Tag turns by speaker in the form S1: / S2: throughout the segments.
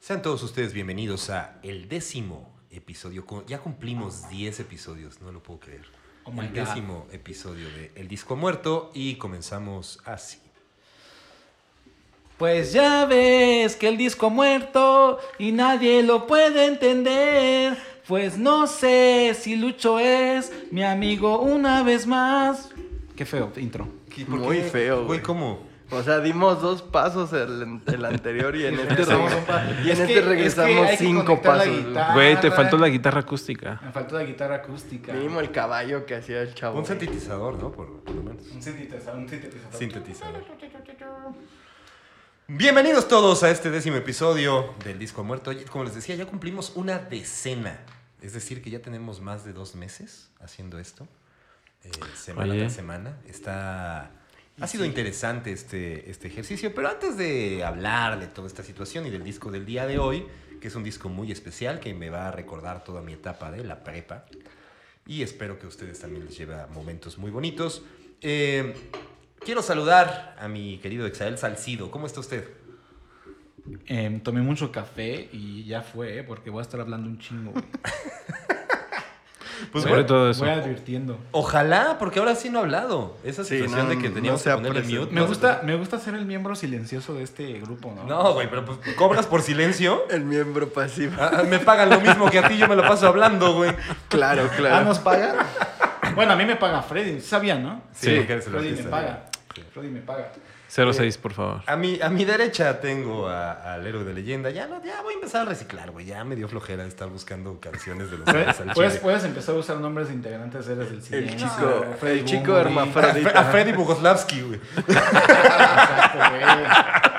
S1: Sean todos ustedes bienvenidos a el décimo episodio. Cu- Ya cumplimos 10 episodios, no lo puedo creer.
S2: Oh my
S1: el
S2: God.
S1: décimo episodio de El Disco Muerto y comenzamos así.
S2: Pues ya ves que el disco ha muerto y nadie lo puede entender. Pues no sé si Lucho es mi amigo una vez más. Qué feo, intro.
S1: ¿Por
S3: Muy
S1: qué?
S3: feo,
S1: Güey,
S3: güey.
S1: ¿cómo?
S3: O sea, dimos dos pasos el, el anterior y en este,
S2: regresamos
S3: reg-
S2: un pa-
S3: y en
S2: Es
S3: este
S2: que- es que
S3: regresamos
S2: hay que
S3: cinco
S2: conectar la
S3: pasos. güey.
S2: guitarra.
S4: Güey, te faltó la guitarra acústica.
S2: Me faltó la guitarra acústica.
S3: Mínimo el caballo que hacía el chavo.
S1: Un
S3: Ah, güey.
S1: sintetizador, ¿no? Por, por lo menos.
S2: Un sintetizador. Un sintetizador.
S1: Sintetizador. Bienvenidos todos a este décimo episodio del Disco Muerto. Oye, Como les decía, ya cumplimos una decena. Es decir, que ya tenemos más de dos meses haciendo esto. eh, semana
S4: Oye.
S1: tras semana. Está. Ha sido interesante este, este ejercicio, pero antes de hablar de toda esta situación y del disco del día de hoy, que es un disco muy especial que me va a recordar toda mi etapa de la prepa, y espero que a ustedes también les lleve a momentos muy bonitos. Eh, quiero saludar a mi querido Exael Salcido. ¿Cómo está usted?
S2: Em, tomé mucho café y ya fue, ¿eh? porque voy a estar hablando un chingo. güey.
S4: Sobre
S2: Pues Voy-
S4: Pues todo eso.
S2: Voy advirtiendo.
S1: Ojalá, porque ahora sí no ha hablado. Esa
S3: Sí,
S1: situación
S3: no,
S1: de que
S3: no
S1: teníamos
S3: se
S1: que
S3: ha
S1: ponerle
S3: presentado.
S1: mute.
S2: Me gusta, me gusta ser el miembro silencioso de este grupo, pues ¿no?
S1: No, güey, pero pues, cobras por silencio.
S3: El miembro pasivo.
S1: Ah, ah, me pagan lo mismo que a ti, yo me lo paso hablando, güey.
S3: Claro,
S2: ¿Ah,
S3: claro.
S2: nos paga? bueno, a mí me paga Freddy, ¿sabían, no?
S4: Sí,
S1: porque eres el
S2: Freddy me
S1: artista.
S2: paga. Freddy me paga.
S4: 06, por favor.
S1: A mi, a mi derecha tengo a- al héroe de leyenda. Ya no, ya voy a empezar a reciclar, güey. Ya me dio flojera estar buscando canciones de los héroes al
S2: Puedes,
S1: chile.
S2: puedes empezar a usar nombres de integrantes de Héroes del Silencio.
S3: chico-
S2: Ah, Freddy
S3: el chico
S2: Bunbury.
S3: hermafrodita.
S1: A, Fre- a Freddy Bogoslavsky, güey.
S2: Exacto, güey.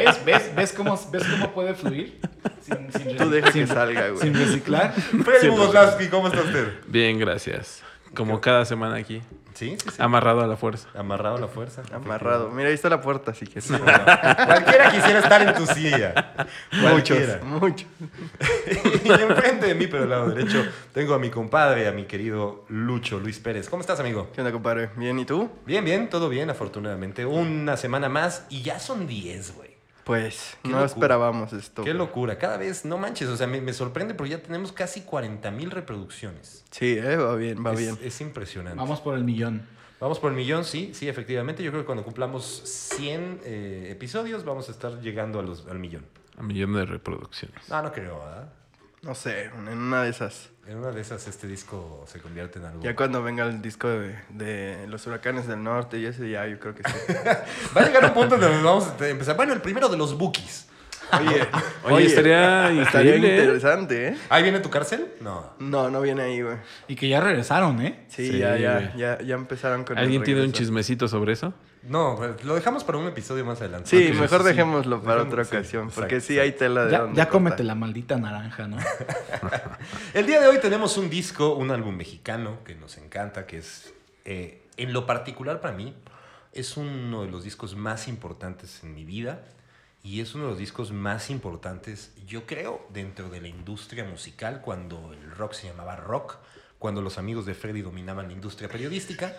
S2: ¿Ves? ¿Ves? ¿Ves cómo, ¿Ves cómo puede fluir? Sin, sin
S3: Tú
S2: reci-
S3: deja que
S2: sin-
S3: salga, güey.
S2: sin reciclar.
S1: Freddy
S3: Sí,
S1: Bogoslavsky, ¿cómo está usted?
S4: Bien, gracias. Como cada semana aquí,
S1: Sí, sí, sí.
S4: amarrado a la fuerza.
S1: Amarrado a la fuerza.
S3: Amarrado. Mira, ahí está la puerta, así que
S1: Sí, bueno, Cualquiera quisiera estar en tu silla.
S3: Muchos,
S1: Cualquiera.
S3: muchos.
S1: Y enfrente de mí, pero al lado derecho, tengo a mi compadre, a mi querido Lucho Luis Pérez. ¿Cómo estás, amigo?
S3: ¿Qué onda, compadre? ¿Bien? ¿Y tú?
S1: Bien, bien, todo bien, afortunadamente. Una semana más y ya son 10, güey.
S3: Pues,
S1: Qué
S3: no
S1: locura.
S3: esperábamos esto.
S1: Qué
S3: güey.
S1: locura. Cada vez, no manches, o sea, me, me sorprende porque ya tenemos casi 40 mil reproducciones.
S3: Sí, eh, va bien, va
S1: es,
S3: bien.
S1: Es impresionante.
S2: Vamos por el millón.
S1: Vamos por el millón, sí, sí, efectivamente. Yo creo que cuando cumplamos 100 eh, episodios vamos a estar llegando a los, al millón.
S4: A millón de reproducciones.
S1: No, no creo, ¿verdad?
S3: No sé, en una de esas.
S1: En una de esas este disco se convierte en algo.
S3: Ya cuando venga el disco de, de Los Huracanes del Norte y ese ya, yo creo que sí.
S1: Va a llegar un punto donde vamos a empezar. Bueno, el primero de los bookies.
S3: Oye,
S4: Oye, estaría
S3: estaría
S4: increíble, ¿eh?
S3: interesante, ¿eh?
S1: ¿Ahí viene tu cárcel? No.
S3: No, no viene ahí, güey.
S2: Y que ya regresaron, ¿eh?
S3: Sí,
S4: Sí,
S3: ya, ya,
S4: güey.
S3: ya, ya empezaron con el
S4: ¿Alguien tiene un
S3: regreso.
S4: chismecito sobre eso?
S1: No, pues, lo dejamos para un episodio más adelante.
S3: Sí,
S1: Ok.
S3: mejor
S2: sí.
S3: dejémoslo para
S1: Dejemos-
S3: otra
S1: sí,
S3: ocasión,
S1: exacto,
S3: porque sí
S1: exacto.
S3: hay tela de
S2: Ya,
S3: dónde
S2: ya cómete
S3: cortar.
S2: la maldita naranja, ¿no?
S1: El día de hoy tenemos un disco, un álbum mexicano que nos encanta, que es, eh, en lo particular para mí, es uno de los discos más importantes en mi vida y es uno de los discos más importantes, yo creo, dentro de la industria musical, cuando el rock se llamaba rock, cuando los amigos de Freddy dominaban la industria periodística.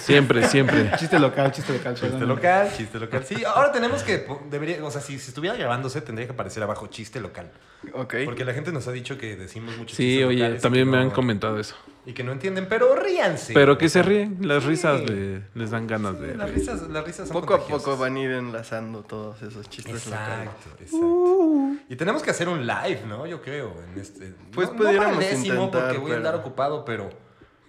S4: Siempre, siempre.
S2: Chiste local, chiste local.
S1: Chiste
S2: perdón.
S1: local, chiste local. Sí, ahora tenemos que. po- Debería, o sea, si, si estuviera grabándose, tendría que aparecer abajo chiste local.
S3: Ok.
S1: Porque la gente nos ha dicho que decimos muchos
S4: Sí,
S1: chistes
S4: oye,
S1: locales y
S4: también
S1: que
S4: me
S1: no-
S4: han comentado eso.
S1: Y que no entienden, pero ríanse.
S4: Pero que se ríen, las
S1: Sí.
S4: risas le- les dan ganas de...
S1: Las
S4: reír.
S1: risas, las risas son
S3: Poco a
S1: contagiosas.
S3: poco van a ir enlazando todos esos chistes locales.
S1: Exacto, exacto. Y tenemos que hacer un live, ¿no? Yo creo. En este,
S3: Pues
S1: no, no para el
S3: pudiéramos
S1: décimo,
S3: intentar,
S1: porque voy a
S3: pero-
S1: andar ocupado, pero,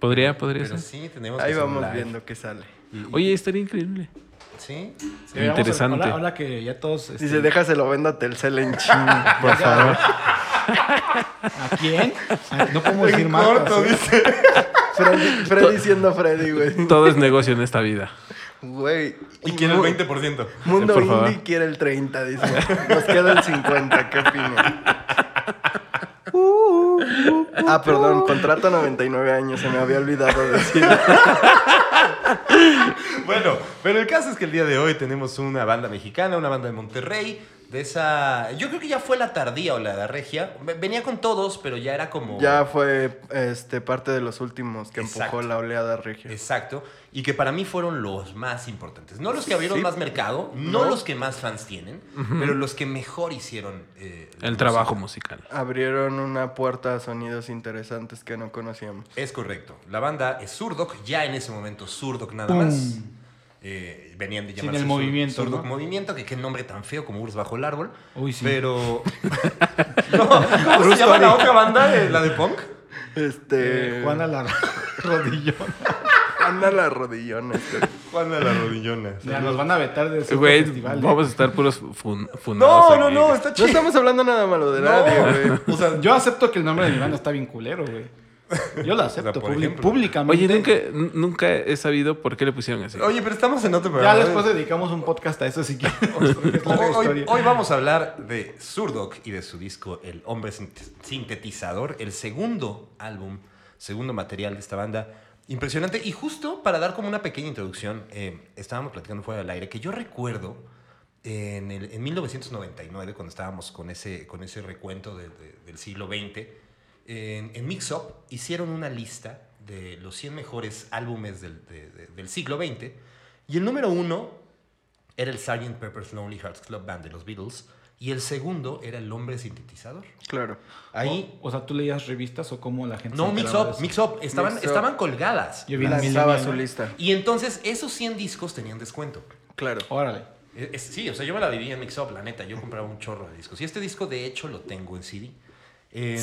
S4: Podría, podría
S1: pero
S4: ser.
S1: sí, tenemos que
S3: Ahí
S1: hacer un
S3: vamos
S1: live.
S3: viendo qué sale.
S1: Y- y-
S4: Oye, estaría increíble.
S1: Sí. sí.
S2: Deberíamos-
S4: Interesante.
S2: Ahora, ahora que ya todos. este,
S3: Dice, déjaselo, venda Telcel en chinga, por favor.
S2: ¿A quién? A- No podemos decir ¿eh?
S1: En
S2: más.
S1: corto, dice.
S3: Freddy, Freddy siendo Freddy, güey.
S4: Todo es negocio en esta vida.
S3: Güey.
S1: Y quiere el
S3: mu-
S1: 20%.
S3: Mundo
S4: Por favor.
S3: Indie quiere el 30, dice. Nos queda el 50, ¿qué opinan?
S2: Uh,
S3: Ah, perdón, contrato 99 años, se me había olvidado decir.
S1: Bueno, Pero el caso es que el día de hoy tenemos una banda mexicana, una banda de Monterrey, de esa... Yo creo que ya fue la tardía o la, la regia. Ve- Venía con todos, pero ya era como...
S3: Ya fue este, parte de los últimos que
S1: Exacto.
S3: empujó la oleada regia.
S1: Exacto. Y que para mí fueron los más importantes. No los que abrieron
S3: Sí.
S1: más mercado, no,
S3: No.
S1: los que más fans tienen, pero los que mejor hicieron eh, la
S4: El trabajo musical.
S3: Abrieron una puerta a sonidos interesantes que no conocíamos.
S1: Es correcto. La banda es Surdoc, ya en ese momento Surdoc nada más.
S2: Pum.
S1: Eh, venían de
S2: Sin
S1: llamarse
S2: el
S1: Sur-
S2: movimiento,
S1: Surdoc
S2: ¿no?
S1: Movimiento, que qué nombre tan feo como Urs bajo el árbol.
S2: Uy, sí.
S1: Pero. no, ¿cómo se llama la otra banda? Eh, ¿La de punk?
S3: Este.
S2: Eh, Juana la rodillona.
S3: Anda la Este, rodillona.
S1: Juana la Rodillona.
S2: Ya nos van a vetar de ese
S4: Güey,
S2: festival. ¿eh?
S4: vamos a estar puros fun funados
S1: No, no,
S4: aquí.
S1: no, está
S3: No
S1: chido.
S3: estamos hablando nada malo de nadie, güey.
S1: O sea,
S2: Yo acepto que el nombre de mi banda está bien culero, güey. Yo lo acepto
S1: O sea, por
S2: publi-
S1: ejemplo.
S2: públicamente.
S4: Oye, nunca, n- nunca he sabido por qué le pusieron así.
S1: oye, pero estamos en otro
S2: Ya
S1: programa.
S2: después dedicamos un podcast a eso si quieres. porque es larga
S1: Hoy,
S2: historia.
S1: hoy vamos a hablar de Surdoc y de su disco El Hombre Sint- Sintetizador, el segundo álbum, segundo material de esta banda. Impresionante. Y justo para dar como una pequeña introducción, eh, estábamos platicando fuera del aire, que yo recuerdo eh, en, el- en 1999, cuando estábamos con ese, con ese recuento de- de- del siglo XX, en, en Mix Up hicieron una lista de los 100 mejores álbumes del, de- de- del siglo XX. Y el número uno era el Sgt. Pepper's Lonely Hearts Club Band de los Beatles y el segundo era el hombre sintetizador.
S3: Claro.
S1: Ahí
S2: O sea, ¿tú leías revistas o cómo la gente
S1: no
S2: se
S1: mix
S2: enteraba
S1: up,
S2: de
S1: mix
S2: eso?
S1: up, estaban
S3: Mix Up.
S1: estaban colgadas.
S2: Yo vi la
S3: Lanzaba
S2: Millennium.
S3: su lista.
S1: Y entonces esos 100 discos tenían descuento.
S3: Claro.
S2: Órale.
S1: Eh, es- sí, o sea, yo me la vivía en Mix Up, la neta, yo compraba un chorro de discos. Y este disco de hecho lo tengo en CD. Eh,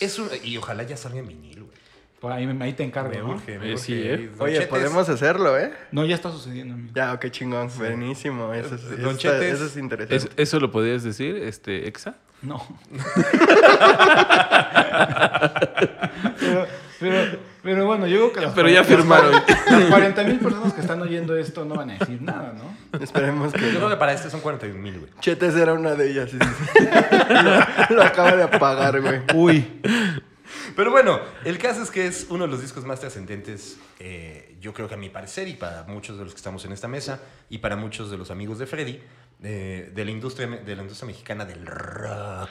S1: es un- y ojalá ya salga en vinil, güey.
S2: Por Pues ahí, me- ahí te encargo, Ah, ¿no?
S4: me Eh, sí, urge. eh.
S2: Oh,
S1: Don
S3: Oye,
S1: Chetes-
S3: podemos hacerlo, ¿eh?
S2: No, ya está sucediendo, amigo.
S3: Ya, ok, chingón. Buenísimo. Eso es,
S1: Don
S3: eso está-
S1: Chetes.
S3: eso es interesante.
S4: ¿Es- ¿Eso lo podías decir, este, Exa?
S2: No. pero, pero, pero bueno, yo creo que las
S4: Pero ya firmaron.
S2: Las 40 mil personas que están oyendo esto no van a decir nada, ¿no?
S3: Esperemos que.
S1: Yo
S3: no.
S1: creo que para este son 41 mil, güey.
S3: Chetes era una de ellas. sí, sí. lo, lo acaba de apagar, güey.
S2: Uy.
S1: Pero bueno, el caso es que es uno de los discos más trascendentes, eh, yo creo que a mi parecer, y para muchos de los que estamos en esta mesa, y para muchos de los amigos de Freddy, eh, de, la industria, me- de la industria mexicana del rock.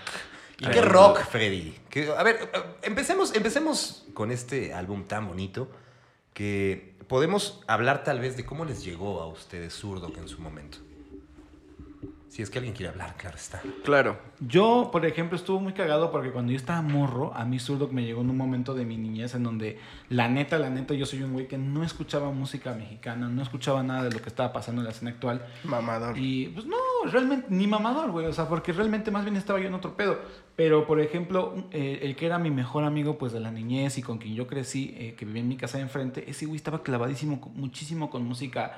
S1: ¿Y qué
S4: Ay,
S1: rock, Freddy? Que, a ver, eh, empecemos, empecemos con este álbum tan bonito que podemos hablar tal vez de cómo les llegó a ustedes zurdo en su momento. Si es que alguien quiere hablar, claro está.
S3: Claro.
S2: Yo, por ejemplo, estuve muy cagado porque cuando yo estaba morro, a mí Zurdok me llegó en un momento de mi niñez en donde, la neta, la neta, yo soy un güey que no escuchaba música mexicana, no escuchaba nada de lo que estaba pasando en la escena actual.
S3: Mamador.
S2: Y pues no, realmente, ni mamador, güey. O sea, porque realmente más bien estaba yo en otro pedo. Pero, por ejemplo, un- eh, el que era mi mejor amigo, pues de la niñez y con quien yo crecí, eh, que vivía en mi casa de enfrente, ese güey estaba clavadísimo, con- muchísimo con música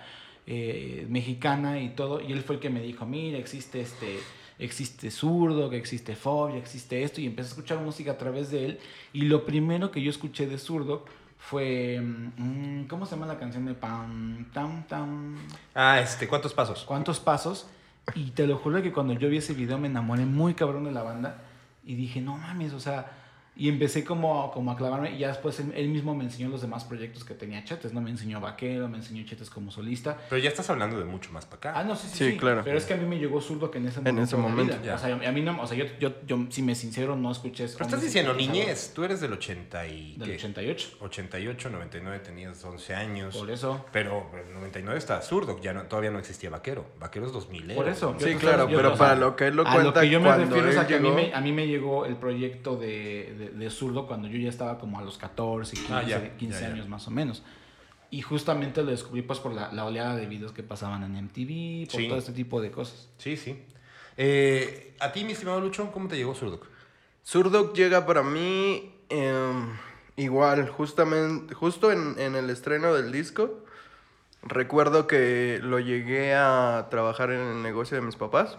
S2: eh, mexicana y todo. Y él fue el que me dijo: Mira, existe este. Existe zurdo, que existe fobia, existe esto, y empecé a escuchar música a través de él. Y lo primero que yo escuché de zurdo fue. mm, ¿Cómo se llama la canción de Pam, Tam, Tam?
S1: Ah, este, ¿cuántos pasos?
S2: cuántos pasos. Y te lo juro que cuando yo vi ese video me enamoré muy cabrón de la banda. Y dije, no mames, o sea. Y empecé como, como a clavarme. Y ya después él, él mismo me enseñó los demás proyectos que tenía Chetes. No me enseñó Vaquero, me enseñó Chetes como solista.
S1: Pero ya estás hablando de mucho más para acá.
S2: Ah, no, sí, sí.
S3: Sí, claro.
S2: Pero es que a mí me llegó zurdo que en ese
S3: En
S2: momento.
S3: ese
S2: de la
S3: momento,
S2: vida.
S1: ya.
S2: O sea, a mí no. O sea, yo, yo, yo, si me sincero, no escuché eso.
S1: Pero estás diciendo niñez, tú eres del 80 y...
S2: Del
S1: ¿qué?
S2: 88.
S1: 88, 99 tenías 11 años.
S2: Por eso.
S1: Pero el 99 estaba zurdo, ya no, todavía no existía vaquero. Vaquero es ¿eh? 2000.
S2: Por eso.
S1: güey.
S2: Yo
S3: Sí,
S2: no
S3: claro,
S2: sabes, yo
S3: pero
S2: no
S3: para
S2: sabes.
S3: lo que él lo
S2: a
S3: cuenta
S2: lo que yo me
S3: cuando
S2: refiero es
S3: él
S2: a que a mí,
S3: llegó-
S2: me, a mí me llegó el proyecto de, de, de zurdo cuando yo ya estaba como a los 14, 15,
S1: Ah, ya,
S2: 15
S1: ya, ya.
S2: años más o menos. Y justamente lo descubrí pues por la, la oleada de videos que pasaban en MTV, por
S1: Sí.
S2: todo este tipo de cosas.
S1: Sí, sí. Eh, a ti, mi estimado Luchón, ¿cómo te llegó zurdo?
S3: Surdoc llega para mí em, igual, justamente, justo en, en el estreno del disco. Recuerdo que lo llegué a trabajar en el negocio de mis papás.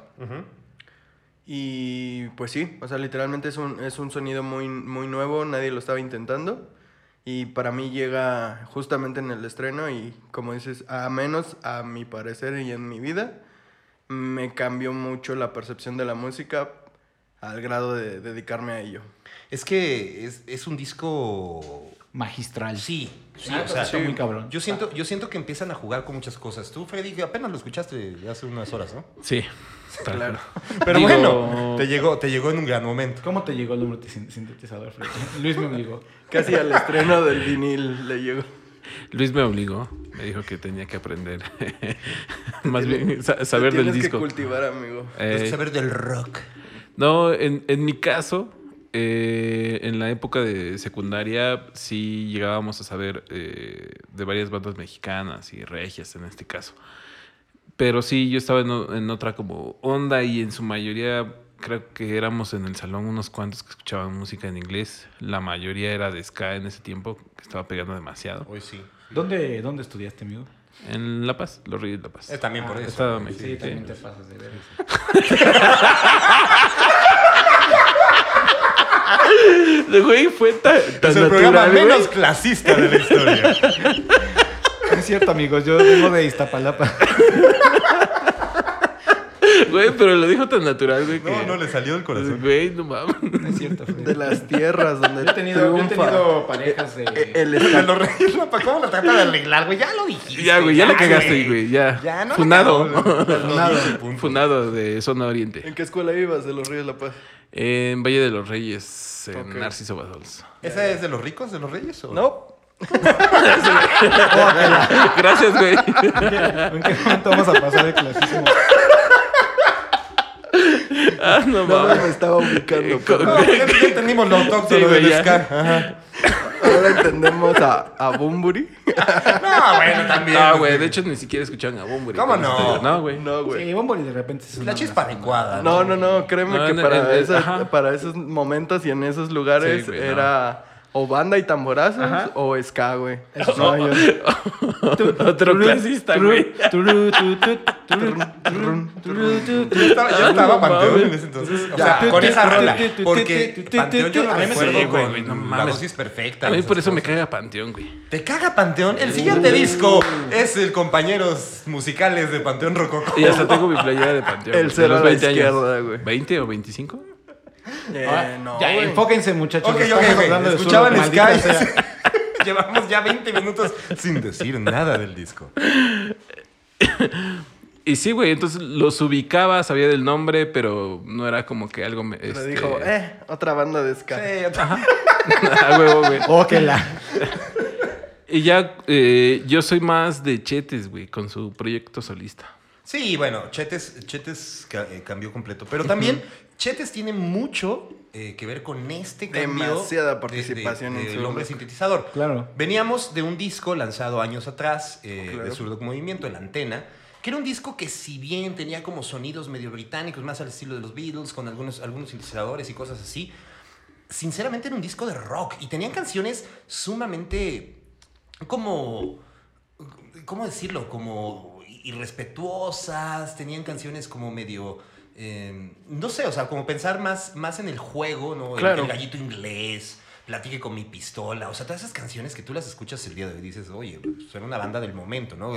S3: Y pues sí, o sea, literalmente es un, es un sonido muy, muy nuevo, nadie lo estaba intentando. Y para mí llega justamente en el estreno y como dices, a menos a mi parecer y en mi vida, me cambió mucho la percepción de la música al grado de dedicarme a ello.
S1: Es que es, es un disco...
S2: Magistral.
S1: Sí, Sí,
S2: Ah,
S1: o sea,
S2: está muy cabrón.
S1: Yo siento, yo siento que empiezan a jugar con muchas cosas. Tú, Freddy, apenas lo escuchaste hace unas horas, ¿no?
S4: Sí.
S3: Claro.
S1: Pero
S4: Digo-
S1: bueno, te llegó, te llegó en un gran momento.
S2: ¿Cómo te llegó el número de sin- sintetizador, Fred? Luis me obligó.
S3: Casi al estreno del vinil le llegó.
S4: Luis me obligó. Me dijo que tenía que aprender. Más bien sa- saber
S3: Tienes
S4: del disco.
S3: que cultivar, amigo.
S1: Tienes que
S4: Eh,
S1: saber del rock.
S4: No, en, en mi caso, eh, en la época de secundaria sí llegábamos a saber eh, de varias bandas mexicanas y regias en este caso. Pero sí, yo estaba en, o- en otra como onda y en su mayoría creo que éramos en el salón unos cuantos que escuchaban música en inglés. La mayoría era de ska en ese tiempo, que estaba pegando demasiado.
S1: Hoy sí.
S2: ¿Dónde, ¿Dónde estudiaste, amigo?
S4: En La Paz, Los Reyes de La Paz.
S1: Eh, también por
S2: Ah,
S1: eso.
S4: Estado de
S1: güey.
S4: México.
S2: Sí,
S4: Sí,
S2: también
S4: sí.
S2: te pasas de ver.
S4: El Güey, fue ta- tan,
S1: Es el programa
S4: natural, güey.
S1: menos clasista de la historia.
S2: Es cierto, amigos, yo vengo de Iztapalapa.
S4: Güey, pero lo dijo tan natural, güey.
S1: No,
S4: que-
S1: no, le salió del corazón.
S4: Güey, no mames.
S2: No es cierto, Fred.
S3: De las tierras donde
S2: Yo he tenido, yo he
S3: triunfa
S2: tenido parejas
S1: Eh,
S4: Eh,
S3: e-
S2: de.
S3: el
S1: De
S3: esca-
S1: los Reyes Rapa, ¿cómo lo trata de arreglar, güey? Ya lo dijiste.
S4: Ya, güey, ya la cagaste, güey. Ya.
S1: Ya, no. la
S4: Funado.
S1: cagó, güey.
S2: Funado.
S1: Lo dije, punto.
S4: Funado de Zona Oriente.
S3: ¿En qué escuela ibas de los Ríos de la Paz?
S4: En Valle de los Reyes, en
S3: Ok.
S4: Narciso Badols.
S1: ¿Esa es de los ricos, de los Reyes? O?
S3: No.
S4: Gracias, güey.
S2: ¿En qué momento vamos a pasar de clasismo?
S4: Ah, no
S3: No, no
S4: mames.
S3: me estaba ubicando.
S4: Eh, co-
S3: pero
S1: No, ya, ya entendimos lo autóctono
S4: Sí,
S1: de
S4: güey, ya.
S3: Ahora entendemos a, a Bumburi.
S1: No, bueno, también.
S4: No, Ah, güey, de hecho ni siquiera escuchaban a Bomber.
S1: ¿Cómo no?
S4: No, Ah, güey.
S3: No, güey.
S2: Sí, Bomboli de repente es
S1: La
S2: una-
S1: chispa adecuada.
S3: No, no, no. Créeme
S4: No,
S3: que
S4: en-
S3: para,
S4: en-
S3: esas-
S4: ajá.
S3: para esos momentos y en esos lugares
S4: Sí, güey, no.
S3: era o banda y tamborazos
S4: Ajá.
S3: o ska, güey. No, yo-
S4: Otro clasista, güey.
S2: Turu, tu, tu, turu,
S3: Trun,
S2: turu, tu, tu.
S1: Yo estaba, yo estaba
S4: No
S1: Panteón en
S4: mames.
S1: ese entonces. O
S2: Ya.
S1: sea, con esa rola. Porque
S2: A
S1: Panteón yo lo
S2: mí me
S1: recuerdo
S4: sí, güey,
S1: con
S4: no
S1: la
S4: mames.
S1: dosis perfecta.
S4: A mí
S1: esas
S4: por eso me
S1: cosas.
S4: caga Panteón, güey.
S1: ¿Te caga Panteón? El
S2: Uh.
S1: siguiente disco es el Compañeros Musicales de Panteón Rococó.
S4: Y hasta tengo mi playera de Panteón.
S3: El
S4: güey, de
S3: cero a
S4: los
S3: la
S4: 20 años.
S3: izquierda, güey.
S4: ¿20 o 25?
S2: Ah,
S3: Eh, no,
S2: ya,
S3: güey.
S2: enfóquense, muchachos.
S1: Ok, ok,
S2: estamos
S1: ok.
S2: hablando de
S1: Escuchaban
S2: Zulu, maldita
S1: Sky.
S2: sea.
S1: Llevamos ya 20 minutos sin decir nada del disco.
S4: Y sí, güey, entonces los ubicaba, sabía del nombre, pero no era como que algo me.
S3: Pero
S4: este-
S3: dijo, eh, otra banda de ska.
S4: A huevo, güey.
S2: Oh, que la.
S4: Y ya, eh, yo soy más de Chetes, güey, con su proyecto solista.
S1: Sí, bueno, Chetes, Chetes ca- eh, cambió completo. Pero también Chetes tiene mucho eh, que ver con este cambio.
S3: Demasiada
S1: de- de-
S3: participación en
S1: de
S3: su
S1: El hombre
S3: disco.
S1: sintetizador.
S2: Claro.
S1: Veníamos de un disco lanzado años atrás, eh,
S3: Oh, Claro.
S1: de Zurdo Movimiento, El Antena, que era un disco que si bien tenía como sonidos medio británicos, más al estilo de los Beatles, con algunos, algunos sintetizadores y cosas así, sinceramente era un disco de rock y tenían canciones sumamente como ¿cómo decirlo? Como irrespetuosas, tenían canciones como medio eh, no sé, o sea, como pensar más, más en el juego, ¿no? El-
S3: Claro.
S1: El, gallito inglés, platique con mi pistola, o sea, todas esas canciones que tú las escuchas el día de hoy dices, oye, pues, era una banda del momento, ¿no?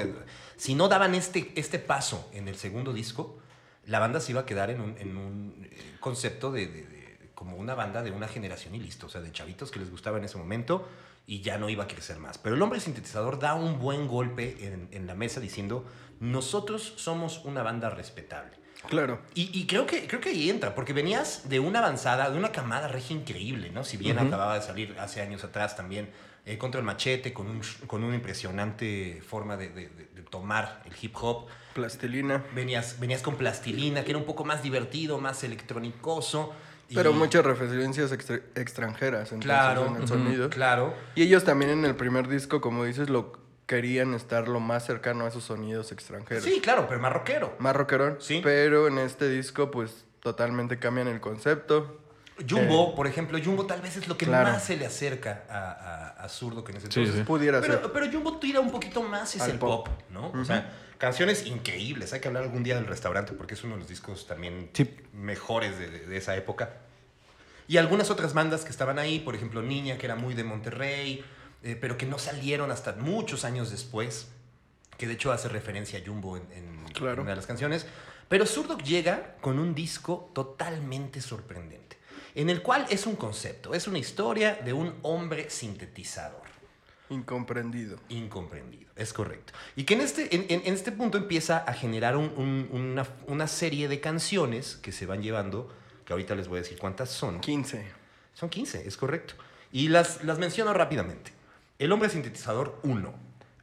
S1: Si no daban este, este paso en el segundo disco, la banda se iba a quedar en un, en un eh, concepto de, de- de- como una banda de una generación y listo, o sea, de chavitos que les gustaba en ese momento y ya no iba a crecer más. Pero el hombre sintetizador da un buen golpe en, en la mesa diciendo, nosotros somos una banda respetable.
S3: Claro.
S1: Y, y creo, que, creo que ahí entra, porque venías de una avanzada, de una camada regia increíble, ¿no? Si bien acababa de salir hace años atrás también eh, contra el machete, con, un, sh- con una impresionante forma de- de- de- de tomar el hip hop.
S3: Plastilina.
S1: Venías, venías con plastilina, que era un poco más divertido, más electrónicoso. y-
S3: Pero muchas referencias extra- extranjeras entonces,
S1: Claro,
S3: en el
S1: ujú,
S3: sonido.
S1: Claro.
S3: Y ellos también en el primer disco, como dices, lo querían estar lo más cercano a esos sonidos extranjeros.
S1: Sí, claro, pero más rockero.
S3: Más rockerón.
S1: Sí.
S3: Pero en este disco, pues, totalmente cambian el concepto.
S1: Jumbo, por ejemplo, Jumbo tal vez es lo que
S3: Eh. claro.
S1: más se le acerca a, a, a Zurdo que en ese
S4: Sí,
S1: entonces.
S4: sí.
S3: Pudiera ser.
S1: Pero, pero Jumbo tira un poquito más es
S3: Al
S1: el
S3: pop.
S1: pop, ¿no? O sea, canciones increíbles. Hay que hablar algún día del restaurante porque es uno de los discos también
S2: Sí.
S1: mejores de, de- de esa época. Y algunas otras bandas que estaban ahí, por ejemplo, Niña, que era muy de Monterrey, eh, pero que no salieron hasta muchos años después, que de hecho hace referencia a Jumbo en, en-
S3: Claro.
S1: en una de las canciones. Pero Zurdok llega con un disco totalmente sorprendente, en el cual es un concepto, es una historia de un hombre sintetizador.
S3: Incomprendido.
S1: Incomprendido, es correcto. Y que en este, en, en- en este punto empieza a generar un- un- una, una serie de canciones que se van llevando, que ahorita les voy a decir cuántas son.
S3: 15.
S1: Son 15, es correcto. Y las, las menciono rápidamente. El hombre sintetizador 1.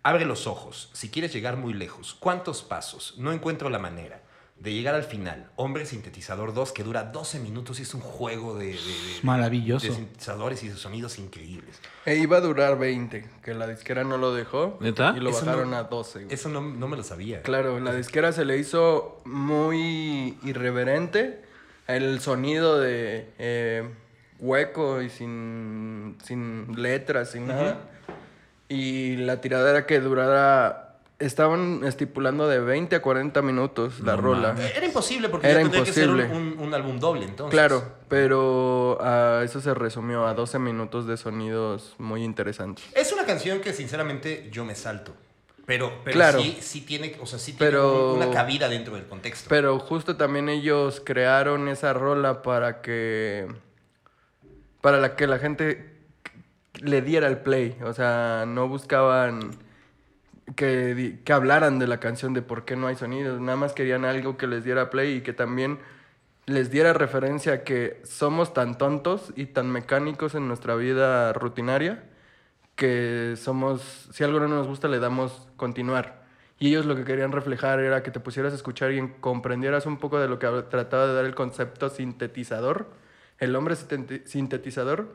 S1: Abre los ojos. Si quieres llegar muy lejos. ¿Cuántos pasos? No encuentro la manera. De llegar al final. Hombre sintetizador 2 que dura 12 minutos y es un juego de, de- de- de
S2: Maravilloso.
S1: sintetizadores y de sonidos increíbles.
S3: E iba a durar 20, que la disquera no lo dejó.
S4: ¿Neta?
S3: Y lo
S1: Eso
S3: bajaron
S1: no-
S3: a 12, güey.
S1: Eso no, no me lo sabía.
S3: Claro, la disquera se le hizo muy irreverente. El sonido de eh, hueco y sin, sin letras, sin nada. Y la tirada era que durara... Estaban estipulando de 20 a 40 minutos la
S4: No
S3: rola.
S4: mames.
S1: Era imposible porque
S3: Era
S1: ya tendría que ser
S3: imposible.
S1: un, un- un álbum doble entonces.
S3: Claro, pero a eso se resumió a 12 minutos de sonidos muy interesantes.
S1: Es una canción que sinceramente yo me salto. Pero, pero
S3: Claro.
S1: sí, sí tiene, o sea, sí
S3: Pero-
S1: tiene un- una cabida dentro del contexto.
S3: Pero justo también ellos crearon esa rola para que. Para la que la gente le diera el play. O sea, no buscaban que, di- que hablaran de la canción de por qué no hay sonidos. Nada más querían algo que les diera play y que también les diera referencia a que somos tan tontos y tan mecánicos en nuestra vida rutinaria que somos, si algo no nos gusta, le damos continuar. Y ellos lo que querían reflejar era que te pusieras a escuchar y en- comprendieras un poco de lo que hab- trataba de dar el concepto sintetizador, el hombre sinteti- sintetizador,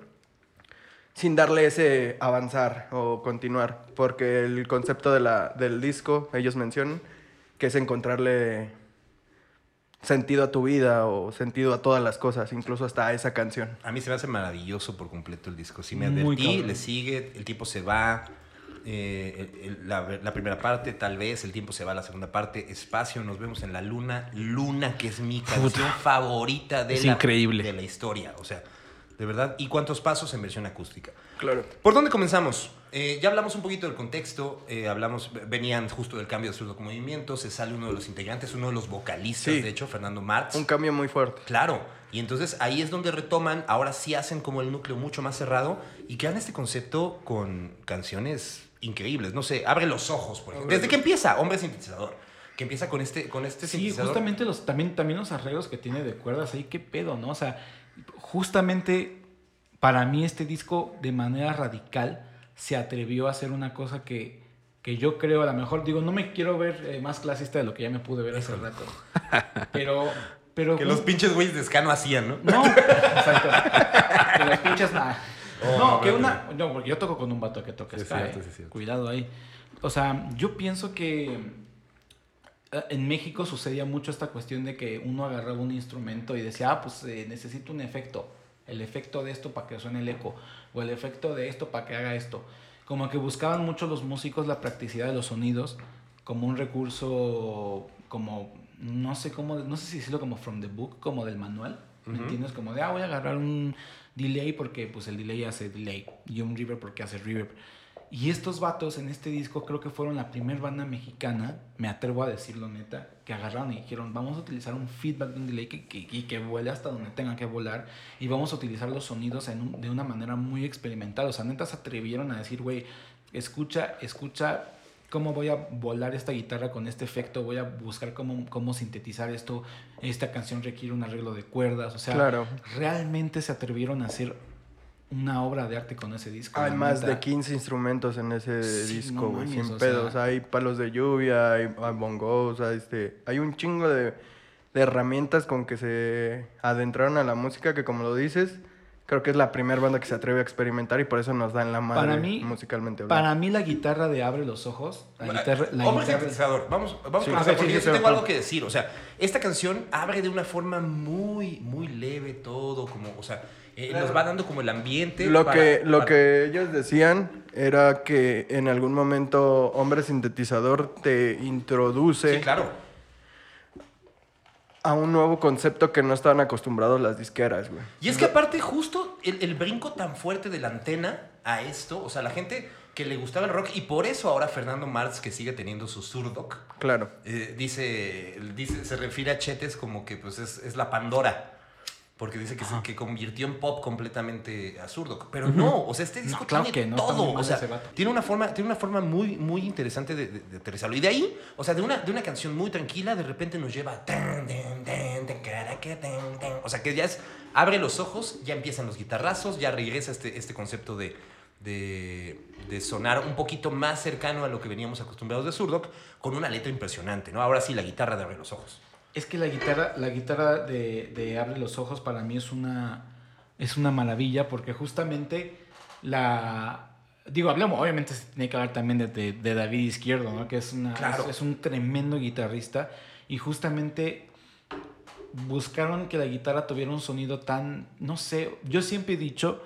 S3: sin darle ese avanzar o continuar, porque el concepto de la, del disco, ellos mencionan, que es encontrarle sentido a tu vida o sentido a todas las cosas, incluso hasta a esa canción.
S1: A mí se me hace maravilloso por completo el disco. Sí me
S2: Muy
S1: advertí,
S2: cabrón.
S1: le sigue, el tipo se va. eh, el- el- la, la primera parte, tal vez, el tiempo se va a la segunda parte. Espacio, nos vemos en la luna. Luna, que es mi canción favorita de,
S4: Es
S1: la,
S4: increíble.
S1: de la historia. O sea, de verdad. ¿Y cuántos pasos en versión acústica?
S3: Claro.
S1: ¿Por dónde comenzamos? Eh, ya hablamos un poquito del contexto, eh, hablamos, venían justo del cambio de su movimiento, se sale uno de los integrantes, uno de los vocalistas,
S3: Sí.
S1: de hecho, Fernando Martz.
S3: Un cambio muy fuerte.
S1: Claro. Y entonces ahí es donde retoman, ahora sí hacen como el núcleo mucho más cerrado y crean este concepto con canciones increíbles. No sé, abre los ojos, por ejemplo. Desde que empieza, hombre sintetizador, que empieza con este, con este
S2: Sí,
S1: sintetizador.
S2: justamente los, también, también los arreglos que tiene de cuerdas ahí, qué pedo, ¿no? O sea, justamente para mí este disco de manera radical se atrevió a hacer una cosa que, que yo creo a lo mejor, digo, no me quiero ver eh, más clasista de lo que ya me pude ver hace rato. Pero, pero...
S1: Que los pinches güeyes de escano hacían, ¿no?
S2: No, exacto. Que los pinches nah.
S1: Oh,
S2: no,
S1: no,
S2: que
S1: no,
S2: una. No, porque yo toco con un vato que toca
S1: Sí, es
S2: ska,
S1: cierto,
S2: eh.
S1: sí, es cierto.
S2: Cuidado ahí. O sea, yo pienso que eh, en México sucedía mucho esta cuestión de que uno agarraba un instrumento y decía, ah, pues eh, necesito un efecto. El efecto de esto para que suene el eco. O el efecto de esto para que haga esto. Como que buscaban mucho los músicos la practicidad de los sonidos como un recurso, como, no sé cómo, no sé si decirlo como from the book, como del manual. ¿Me
S1: Ujú.
S2: entiendes? Como de, ah, voy a agarrar un delay porque pues el delay hace delay y un reverb porque hace reverb. Y estos vatos en este disco creo que fueron la primer banda mexicana, me atrevo a decirlo neta, que agarraron y dijeron, vamos a utilizar un feedback de un delay que, que, y que vuele hasta donde tenga que volar y vamos a utilizar los sonidos en un- de una manera muy experimental. O sea, neta se atrevieron a decir, güey, escucha, escucha cómo voy a volar esta guitarra con este efecto, voy a buscar cómo, cómo sintetizar esto, esta canción requiere un arreglo de cuerdas, o sea,
S3: Claro.
S2: realmente se atrevieron a hacer una obra de arte con ese disco.
S3: Ah, Hay
S2: la
S3: más
S2: neta.
S3: de 15 instrumentos en ese
S2: Sí, no
S3: disco, güey,
S2: mames,
S3: sin
S2: o
S3: pedos.
S2: sea-
S3: Hay palos de lluvia, hay, hay bongos, hay, este, hay un chingo de, de herramientas con que se adentraron a la música que, como lo dices, creo que es la primera banda que se atreve a experimentar y por eso nos dan la madre
S2: Para mí-
S3: musicalmente. hablando.
S2: Para mí la guitarra de Abre los Ojos, la guitarra, la
S1: Ah, Hombre
S2: guitarra-
S1: sintetizador. Vamos, vamos
S3: Sí.
S1: con
S3: A
S1: esa, porque
S3: ver, Ah, sí,
S1: yo
S3: sí,
S1: sí
S3: sí,
S1: tengo
S3: por
S1: algo que decir. O sea, esta canción abre de una forma muy, muy leve todo, como, o sea, eh, nos va dando como el ambiente.
S3: Lo,
S1: para-
S3: que, lo
S1: para-
S3: que ellos decían era que en algún momento Hombre Sintetizador te introduce
S1: Sí, claro.
S3: a un nuevo concepto que no estaban acostumbrados las disqueras, güey.
S1: Y es que aparte justo el, el brinco tan fuerte de la antena a esto, o sea, la gente que le gustaba el rock y por eso ahora Fernando Marx que sigue teniendo su surdoc,
S3: Claro.
S1: eh, dice, dice, se refiere a Chetes como que pues es, es la Pandora. Porque dice que, se, que convirtió en pop completamente absurdo. Pero no, o sea, este disco
S2: No, claro
S1: tiene
S2: que no, está muy
S1: todo.
S2: mal
S1: O sea,
S2: ese vato.
S1: tiene una forma, tiene una forma muy, muy interesante de, de, de aterrizarlo. Y de ahí, o sea, de una, de una canción muy tranquila, de repente nos lleva. a tan, tan, tan, tan, cara, que tan, tan. O sea, que ya es. Abre los ojos, ya empiezan los guitarrazos, ya regresa este, este concepto de. De, de sonar un poquito más cercano a lo que veníamos acostumbrados de Zurdok, con una letra impresionante, ¿no? Ahora sí, la guitarra de abre los ojos.
S2: Es que la guitarra, la guitarra de, de Abre los Ojos para mí es una, es una maravilla porque justamente la... Digo, hablamos, obviamente se tiene que hablar también de, de- de David Izquierdo, ¿no? Que es, una,
S1: Claro.
S2: es, es un tremendo guitarrista y justamente buscaron que la guitarra tuviera un sonido tan, no sé, yo siempre he dicho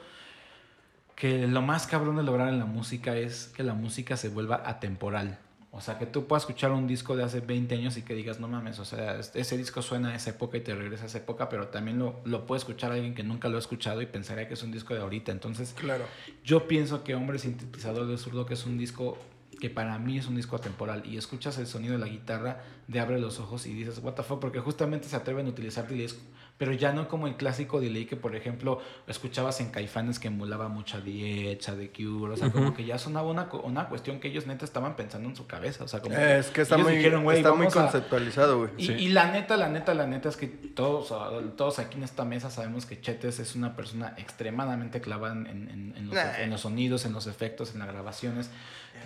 S2: que lo más cabrón de lograr en la música es que la música se vuelva atemporal. O sea, que tú puedas escuchar un disco de hace 20 años y que digas, no mames, o sea, es- ese disco suena a esa época y te regresa a esa época, pero también lo, lo puede escuchar alguien que nunca lo ha escuchado y pensaría que es un disco de ahorita. Entonces,
S3: Claro.
S2: yo pienso que Hombre Sintetizador de Zurdo, que es un disco que para mí es un disco atemporal, y escuchas el sonido de la guitarra, de abre los ojos y dices, what the fuck, porque justamente se atreven a utilizar delays, pero ya no como el clásico delay que, por ejemplo, escuchabas en Caifanes que emulaba mucha diecha de Cure, o sea, como que ya sonaba una, co- una cuestión que ellos neta estaban pensando en su cabeza, o sea, como
S3: Eh, Es que está
S2: ellos
S3: muy,
S2: dijeron, "Güey,
S3: está muy
S2: vamos a-
S3: conceptualizado, güey.
S2: y,
S4: Sí.
S2: y la neta, la neta, la neta es que todos, ah, todos aquí en esta mesa sabemos que Chetes es una persona extremadamente clavada en, en- en los,
S3: Nah.
S2: en los sonidos, en los efectos, en las grabaciones.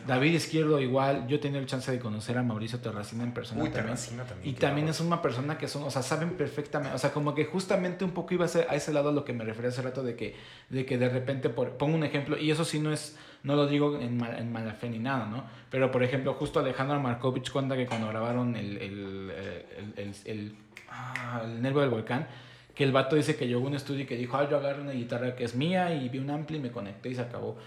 S2: David Izquierdo igual, yo he tenido el chance de conocer a Mauricio Terracina en persona
S1: Uy,
S2: también.
S1: Terracina también,
S2: Y
S1: claro.
S2: también es una persona que son, o sea, saben perfectamente, o sea, como que justamente un poco iba a, ser a ese lado a lo que me refería hace rato de que de que de repente, por, pongo un ejemplo, y eso sí no es, no lo digo en, mal- en mala fe ni nada, ¿no? Pero por ejemplo, justo Alejandro Markovich cuenta que cuando grabaron el, el, el, el, el- ah, el Nervio del Volcán, que el vato dice que llegó a un estudio y que dijo, ah, yo agarré una guitarra que es mía y vi un ampli y me conecté y se acabó.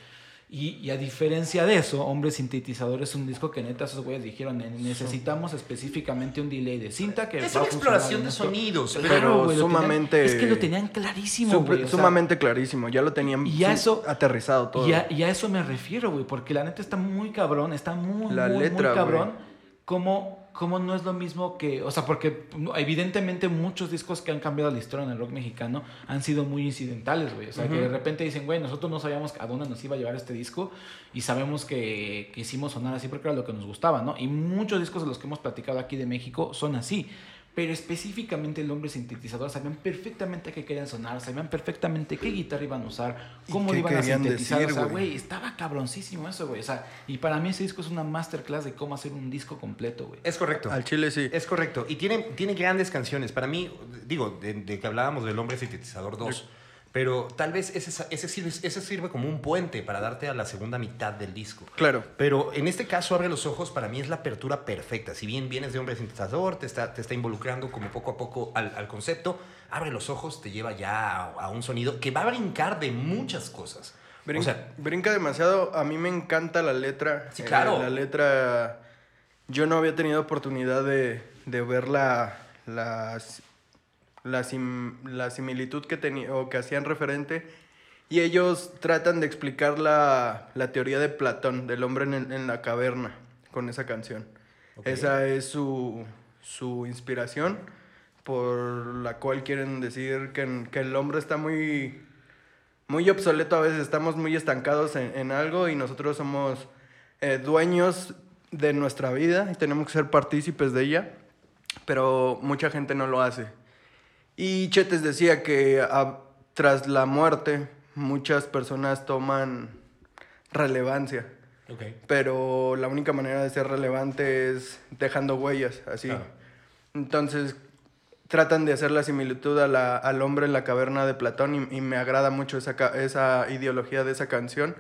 S2: Y, y a diferencia de eso, Hombre Sintetizador es un disco que neta esos güeyes dijeron, "Ne- necesitamos específicamente un delay de cinta que...
S1: Es
S2: va
S1: una
S2: a funcionar
S1: exploración
S2: en
S1: de
S2: esto".
S1: sonidos,
S3: Pero
S1: pero
S2: güey, lo tenían-
S3: sumamente-
S2: es que lo tenían clarísimo.
S3: Supre-
S2: güey, o sea,
S3: sumamente clarísimo. Ya lo tenían
S2: Y ya
S3: sí,
S2: eso-
S3: aterrizado todo.
S2: y a, y a eso me refiero, güey, porque la neta está muy cabrón, está muy,
S3: La
S2: muy,
S3: letra,
S2: muy
S3: güey.
S2: cabrón. Como, como no es lo mismo que, o sea, porque evidentemente muchos discos que han cambiado la historia en el rock mexicano han sido muy incidentales, güey. O sea, que de repente dicen, güey, nosotros no sabíamos a dónde nos iba a llevar este disco y sabemos que, que hicimos sonar así porque era lo que nos gustaba, ¿no? Y muchos discos de los que hemos platicado aquí de México son así. Pero específicamente el hombre sintetizador sabían perfectamente qué querían sonar, sabían perfectamente qué guitarra iban a usar,
S3: ¿Y
S2: cómo
S3: qué
S2: lo iban a
S3: querían
S2: sintetizar.
S3: decir,
S2: o sea,
S3: güey?
S2: güey, estaba cabroncísimo eso, güey. O sea, y para mí ese disco es una masterclass de cómo hacer un disco completo, güey.
S1: es correcto.
S3: Al chile sí.
S1: Es correcto. Y tiene, tiene grandes canciones. Para mí, digo, de, de que hablábamos del hombre sintetizador 2. Pero tal vez ese, ese, sirve, ese sirve como un puente para darte a la segunda mitad del disco.
S3: Claro.
S1: Pero en este caso, Abre los Ojos, para mí es la apertura perfecta. Si bien vienes de Hombre Sintetizador, te está, te está involucrando como poco a poco al, al concepto, Abre los Ojos te lleva ya a, a un sonido que va a brincar de muchas cosas.
S3: Brin-
S1: o sea,
S3: brinca demasiado. A mí me encanta la letra. Eh,
S1: Sí, claro.
S3: la letra. Yo no había tenido oportunidad de, de ver la, la, la sim- la similitud que tenía o que hacían referente. Y ellos tratan de explicar la, la teoría de Platón, del hombre en, el- en la caverna, con esa canción.
S1: Ok.
S3: Esa es su, su inspiración, por la cual quieren decir que, en- que el hombre está muy muy obsoleto a veces, estamos muy estancados en, en algo y nosotros somos eh, dueños de nuestra vida y tenemos que ser partícipes de ella, pero mucha gente no lo hace. Y Chetes decía que a- tras la muerte muchas personas toman relevancia, pero la única manera de ser relevante es dejando huellas, así.
S1: Claro.
S3: Entonces tratan de hacer la similitud a la- al hombre en la caverna de Platón y, y me agrada mucho esa, ca- esa ideología de esa canción,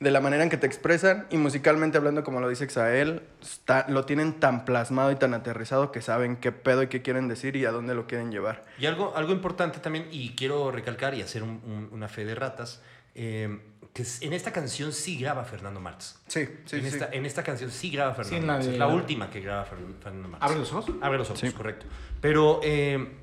S3: de la manera en que te expresan y musicalmente hablando, como lo dice Exael, está- lo tienen tan plasmado y tan aterrizado que saben qué pedo y qué quieren decir y a dónde lo quieren llevar.
S1: Y algo, algo importante también, y quiero recalcar y hacer un- un- una fe de ratas, eh, que es- en esta canción sí graba Fernando Martz.
S3: Sí, sí,
S1: en,
S3: sí.
S1: Esta, en esta canción sí graba Fernando
S2: en la
S1: Martz.
S2: de-
S1: Es la última que graba Fer- Fernando Martz.
S2: ¿Abre los ojos?
S1: Abre los ojos, correcto. Pero eh,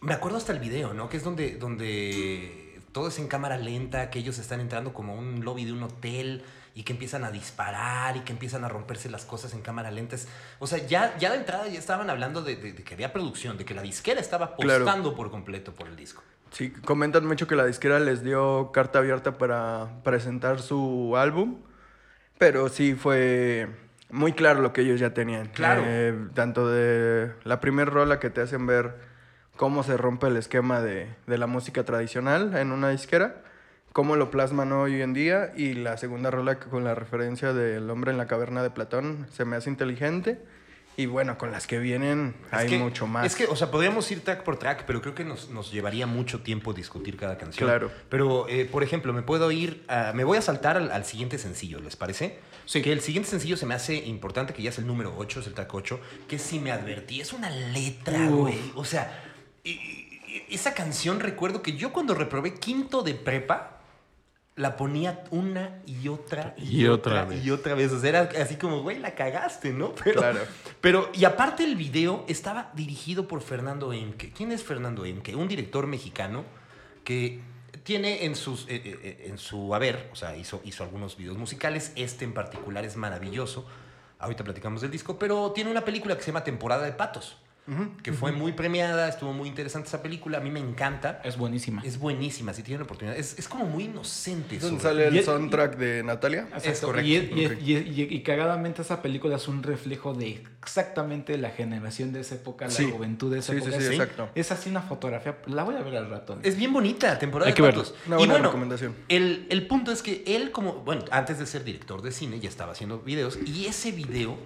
S1: me acuerdo hasta el video, ¿no? Que es donde, donde todo es en cámara lenta, que ellos están entrando como a un lobby de un hotel y que empiezan a disparar y que empiezan a romperse las cosas en cámara lenta. Es- O sea, ya, ya de entrada ya estaban hablando de, de- de que había producción, de que la disquera estaba
S3: Claro.
S1: apostando por completo por el disco.
S3: Sí, comentan mucho que la disquera les dio carta abierta para presentar su álbum, pero sí fue muy claro lo que ellos ya tenían.
S1: Claro.
S3: Eh, tanto de la primer rola que te hacen ver cómo se rompe el esquema de, de la música tradicional en una disquera, cómo lo plasman hoy en día, y la segunda rola que- con la referencia del hombre en la caverna de Platón, se me hace inteligente, y bueno, con las que vienen
S1: Es
S3: hay
S1: que-
S3: mucho más.
S1: Es que, o sea, podríamos ir track por track, pero creo que nos, nos llevaría mucho tiempo discutir cada canción.
S3: Claro.
S1: Pero, eh, por ejemplo, me puedo ir. a- me voy a saltar al, al siguiente sencillo, ¿les parece?
S2: Sí.
S1: Que el siguiente sencillo se me hace importante, que ya es el número 8, es el track 8. Que si me advertí, es una letra, güey. O sea, y- y- y- esa canción recuerdo que yo cuando reprobé quinto de prepa. La ponía una y otra y,
S4: Y
S1: otra,
S4: otra vez.
S1: y otra vez. O sea, era así como, güey, la cagaste, ¿no? Pero,
S3: Claro.
S1: pero, y aparte el video estaba dirigido por Fernando Emke. ¿Quién es Fernando Emke? Un director mexicano que tiene en, sus, eh, eh, eh, en su haber, o sea, hizo, hizo algunos videos musicales. Este en particular es maravilloso. Ahorita platicamos del disco, pero tiene una película que se llama Temporada de Patos, que fue muy premiada, estuvo muy interesante esa película. A mí me encanta.
S2: Es buenísima.
S1: Es buenísima, si tienen la oportunidad. Es, es como muy inocente.
S3: ¿Es donde
S1: sobre-
S3: sale
S2: Y
S3: el
S2: el-
S3: soundtrack de Natalia?
S2: Exacto.
S1: Es correcto.
S2: Y, y- y- y- y cagadamente esa película es un reflejo de exactamente la generación de esa época, la
S3: Sí.
S2: juventud de esa
S3: Sí, sí,
S2: época.
S3: sí,
S2: Es-
S3: exacto.
S2: Es así una fotografía. La voy a ver al rato. ¿eh?
S1: Es bien bonita, temporada
S4: Hay
S1: de
S4: que verlo.
S1: Patos.
S3: Una
S1: y
S3: buena
S1: bueno,
S3: recomendación.
S1: El, el punto es que él, como, bueno, antes de ser director de cine, ya estaba haciendo videos. Y ese video,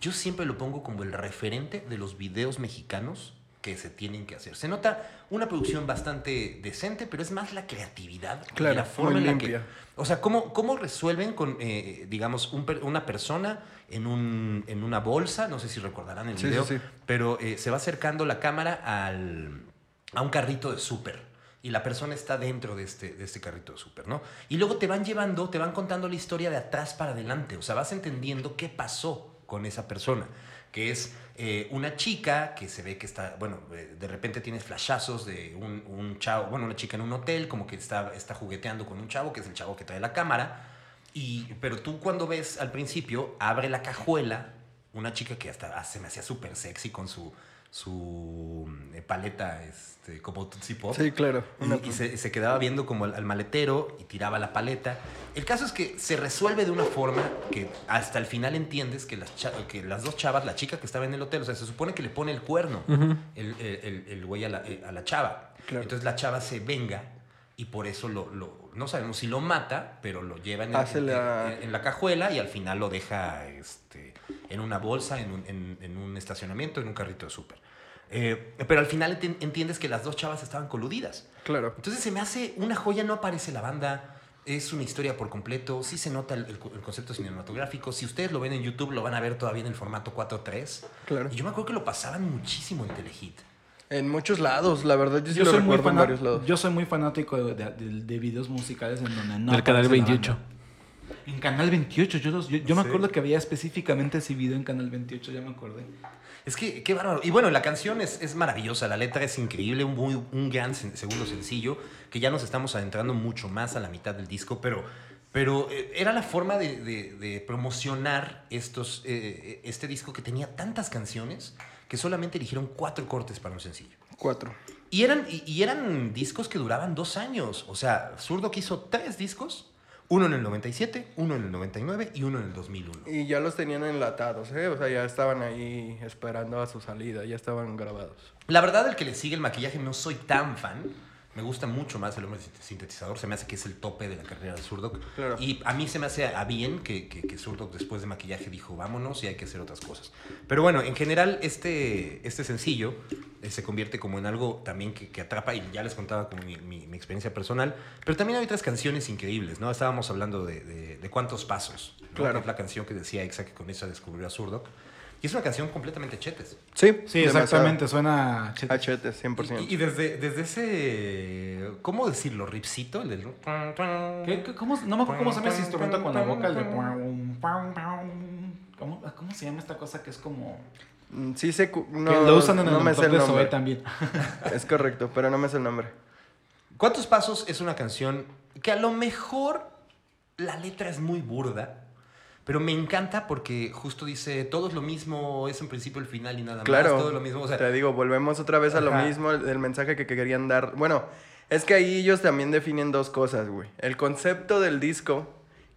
S1: yo siempre lo pongo como el referente de los videos mexicanos que se tienen que hacer. Se nota una producción bastante decente, pero es más la creatividad
S3: Claro,
S1: y la forma
S3: muy
S1: en la
S3: limpia.
S1: que. O sea, ¿cómo, cómo resuelven con, eh, digamos, un per- una persona en, un, en una bolsa? No sé si recordarán el
S3: Sí,
S1: video,
S3: sí, sí.
S1: pero eh, se va acercando la cámara al, a un carrito de súper. Y la persona está dentro de este, de este carrito de súper, ¿no? Y luego te van llevando, te van contando la historia de atrás para adelante. O sea, vas entendiendo qué pasó con esa persona. Que es eh, una chica que se ve que está, bueno, eh, de repente tienes flashazos de un, un chavo, bueno, una chica en un hotel, como que está, está jugueteando con un chavo, que es el chavo que trae la cámara. Y, pero tú cuando ves al principio, abre la cajuela, una chica que hasta ah, se me hacía súper sexy con su, su eh, paleta este, como Tootsie Pop.
S3: Sí, claro. Una-
S1: Y, y se, se quedaba viendo como al, al maletero y tiraba la paleta. El caso es que se resuelve de una forma que hasta el final entiendes que las, cha- que las dos chavas, la chica que estaba en el hotel, o sea, se supone que le pone el cuerno el, el- el- el güey a la, eh, a la chava.
S3: Claro.
S1: Entonces la chava se venga y por eso lo, lo- no sabemos si lo mata, pero lo lleva en, el-
S3: Hace
S1: en-
S3: la-
S1: en- en la cajuela y al final lo deja este, en una bolsa, en un, en- en un estacionamiento, en un carrito de súper. Eh, pero al final enti- entiendes que las dos chavas estaban coludidas.
S3: Claro.
S1: Entonces se me hace una joya, no aparece la banda, es una historia por completo, sí se nota el, el co- el concepto cinematográfico, si ustedes lo ven en YouTube lo van a ver todavía en el formato 4.3.
S3: Claro.
S1: Y yo me acuerdo que lo pasaban muchísimo en Telehit.
S3: En muchos lados, la verdad, yo sí
S2: Yo
S3: lo
S2: soy, muy
S3: recuerdo en
S2: fana-
S3: varios lados.
S2: yo soy muy fanático de, de- de- de videos musicales en donde no.
S4: Del canal
S2: aparece la
S4: 28.
S2: banda. En Canal 28, yo, los- yo, yo me acuerdo que había específicamente ese video en Canal 28, ya me acordé.
S1: Es que, qué bárbaro. Y bueno, la canción es, es maravillosa, la letra es increíble, un, muy, un gran sen- segundo sencillo, que ya nos estamos adentrando mucho más a la mitad del disco, pero, pero eh, era la forma de, de- de promocionar estos, eh, este disco que tenía tantas canciones que solamente eligieron cuatro cortes para un sencillo.
S3: Cuatro.
S1: Y eran, y, y eran discos que duraban dos años. O sea, Zurdo que hizo tres discos, uno en el 97, uno en el 99 y uno en el 2001.
S3: Y ya los tenían enlatados, ¿eh? O sea, ya estaban ahí esperando a su salida, ya estaban grabados.
S1: La verdad, el que le sigue el maquillaje no soy tan fan. Me gusta mucho más el hombre sintetizador. Se me hace que es el tope de la carrera de Zurdo.
S3: Claro.
S1: Y a mí se me hace a bien que, que, que Zurdo después de maquillaje dijo, vámonos y hay que hacer otras cosas. Pero bueno, en general, este, este sencillo eh, se convierte como en algo también que, que atrapa. Y ya les contaba como mi, mi- mi experiencia personal. Pero también hay otras canciones increíbles, ¿no? Estábamos hablando de, de- de Cuántos Pasos. ¿no?
S3: Claro.
S1: Que es la canción que decía Exa que con esa descubrió a Zurdo. Y es una canción completamente chetes.
S3: Sí,
S2: Sí, exactamente, suena. cheto.
S3: Hachete, 100%.
S1: Y, y desde, desde ese. ¿Cómo decirlo? Ripsito, el del.
S2: ¿Qué- qué- cómo- no me acuerdo cómo se llama ese instrumento con la boca, el de... ¿Cómo, ¿Cómo se llama esta cosa que es como...
S3: Mm, Sí sé... cu- No,
S2: que lo usan en
S3: no
S2: el
S3: me sé
S2: motor
S3: el
S2: de Zoé
S3: nombre.
S2: también.
S3: Es correcto, pero no me sé el nombre.
S1: ¿Cuántos pasos es una canción que a lo mejor La letra es muy burda, pero me encanta porque justo dice, todo es lo mismo, es en principio el final y nada
S3: Claro.
S1: más, todo es lo mismo. O sea,
S3: te digo, volvemos otra vez a lo
S1: Ajá.
S3: mismo, el, el mensaje que, que querían dar. Bueno, es que ahí ellos también definen dos cosas, güey. El concepto del disco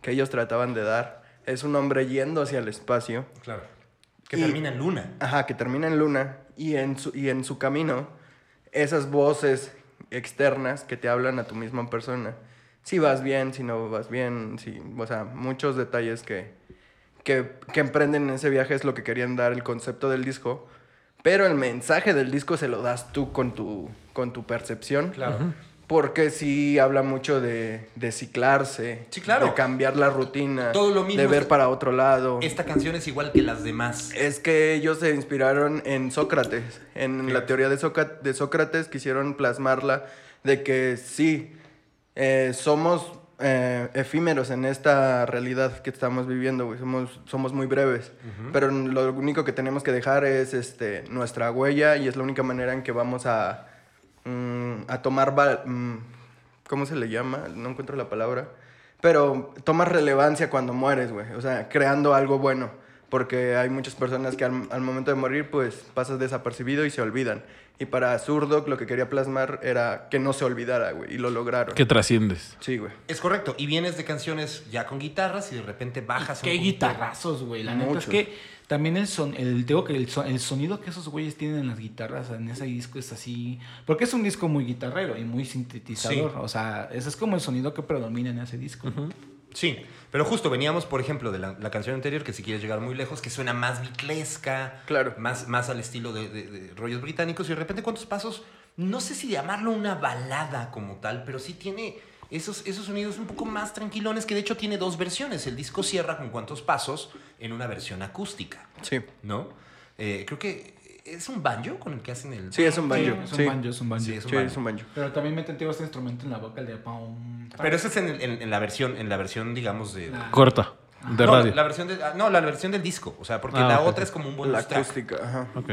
S3: que ellos trataban de dar es un hombre yendo hacia el espacio,
S1: claro. Que
S3: Y-
S1: termina en luna.
S3: ajá, que termina en luna, y en su, y en su camino, esas voces externas que te hablan a tu misma persona. Si vas bien, si no vas bien, si, o sea, muchos detalles que, que, que emprenden en ese viaje es lo que querían dar el concepto del disco. Pero el mensaje del disco se lo das tú con tu, con tu percepción.
S1: Claro.
S3: Porque sí habla mucho de, de ciclarse.
S1: Sí, claro.
S3: De cambiar la rutina.
S1: Todo lo mismo
S3: De ver
S1: es-
S3: para otro lado.
S1: Esta canción es igual que las demás.
S3: Es que ellos se inspiraron en Sócrates, en
S1: Sí.
S3: la teoría de, Soca- de Sócrates, quisieron plasmarla de que sí, eh, somos eh, efímeros en esta realidad que estamos viviendo, güey, somos, somos muy breves, pero lo único que tenemos que dejar es este, nuestra huella y es la única manera en que vamos a, mm, a tomar, val- mm, ¿cómo se le llama? No encuentro la palabra. Pero tomas relevancia cuando mueres, güey. O sea, creando algo bueno. Porque hay muchas personas que al, al momento de morir, pues pasas desapercibido y se olvidan. Y para Zurdok lo que quería plasmar era que no se olvidara, güey. Y lo lograron.
S4: Que trasciendes.
S3: Sí, güey.
S1: Es correcto. Y vienes de canciones ya con guitarras y de repente bajas.
S2: Qué
S1: un poquito.
S2: guitarrazos, güey. La neta es
S3: Mucho.
S2: que también el son, el, digo que el, son- el sonido que esos güeyes tienen en las guitarras en ese disco es así. Porque es un disco muy guitarrero y muy sintetizador.
S1: Sí.
S2: O sea, ese es como el sonido que predomina en ese disco.
S1: Sí, pero justo veníamos, por ejemplo, de la, la canción anterior, que si quieres llegar muy lejos, que suena más bitlesca,
S3: Claro.
S1: más, más al estilo de, de- de rollos británicos, y de repente cuántos pasos, no sé si llamarlo una balada como tal, pero sí tiene esos, esos sonidos un poco más tranquilones, que de hecho tiene dos versiones. El disco cierra con cuántos pasos en una versión acústica,
S3: Sí.
S1: ¿no? Eh, creo que es un banjo con el que hacen el...
S3: Sí, es un banjo.
S2: Sí, es un
S3: Sí.
S2: banjo, es un banjo.
S1: Sí, es un
S3: Sí,
S1: banjo.
S3: es un banjo.
S2: Pero también meten tío este instrumento en la boca, el de pam, pam.
S1: Pero esa es en, el- en- en la versión, en la versión, digamos, de...
S2: La-
S4: Corta. De
S1: no,
S4: radio.
S1: La versión de- ah, no, la versión del disco. O sea, porque
S4: Ah,
S1: la
S4: ok,
S1: otra
S4: ok.
S1: es como un
S3: La
S1: bonus track.
S3: acústica, ajá.
S4: Ok.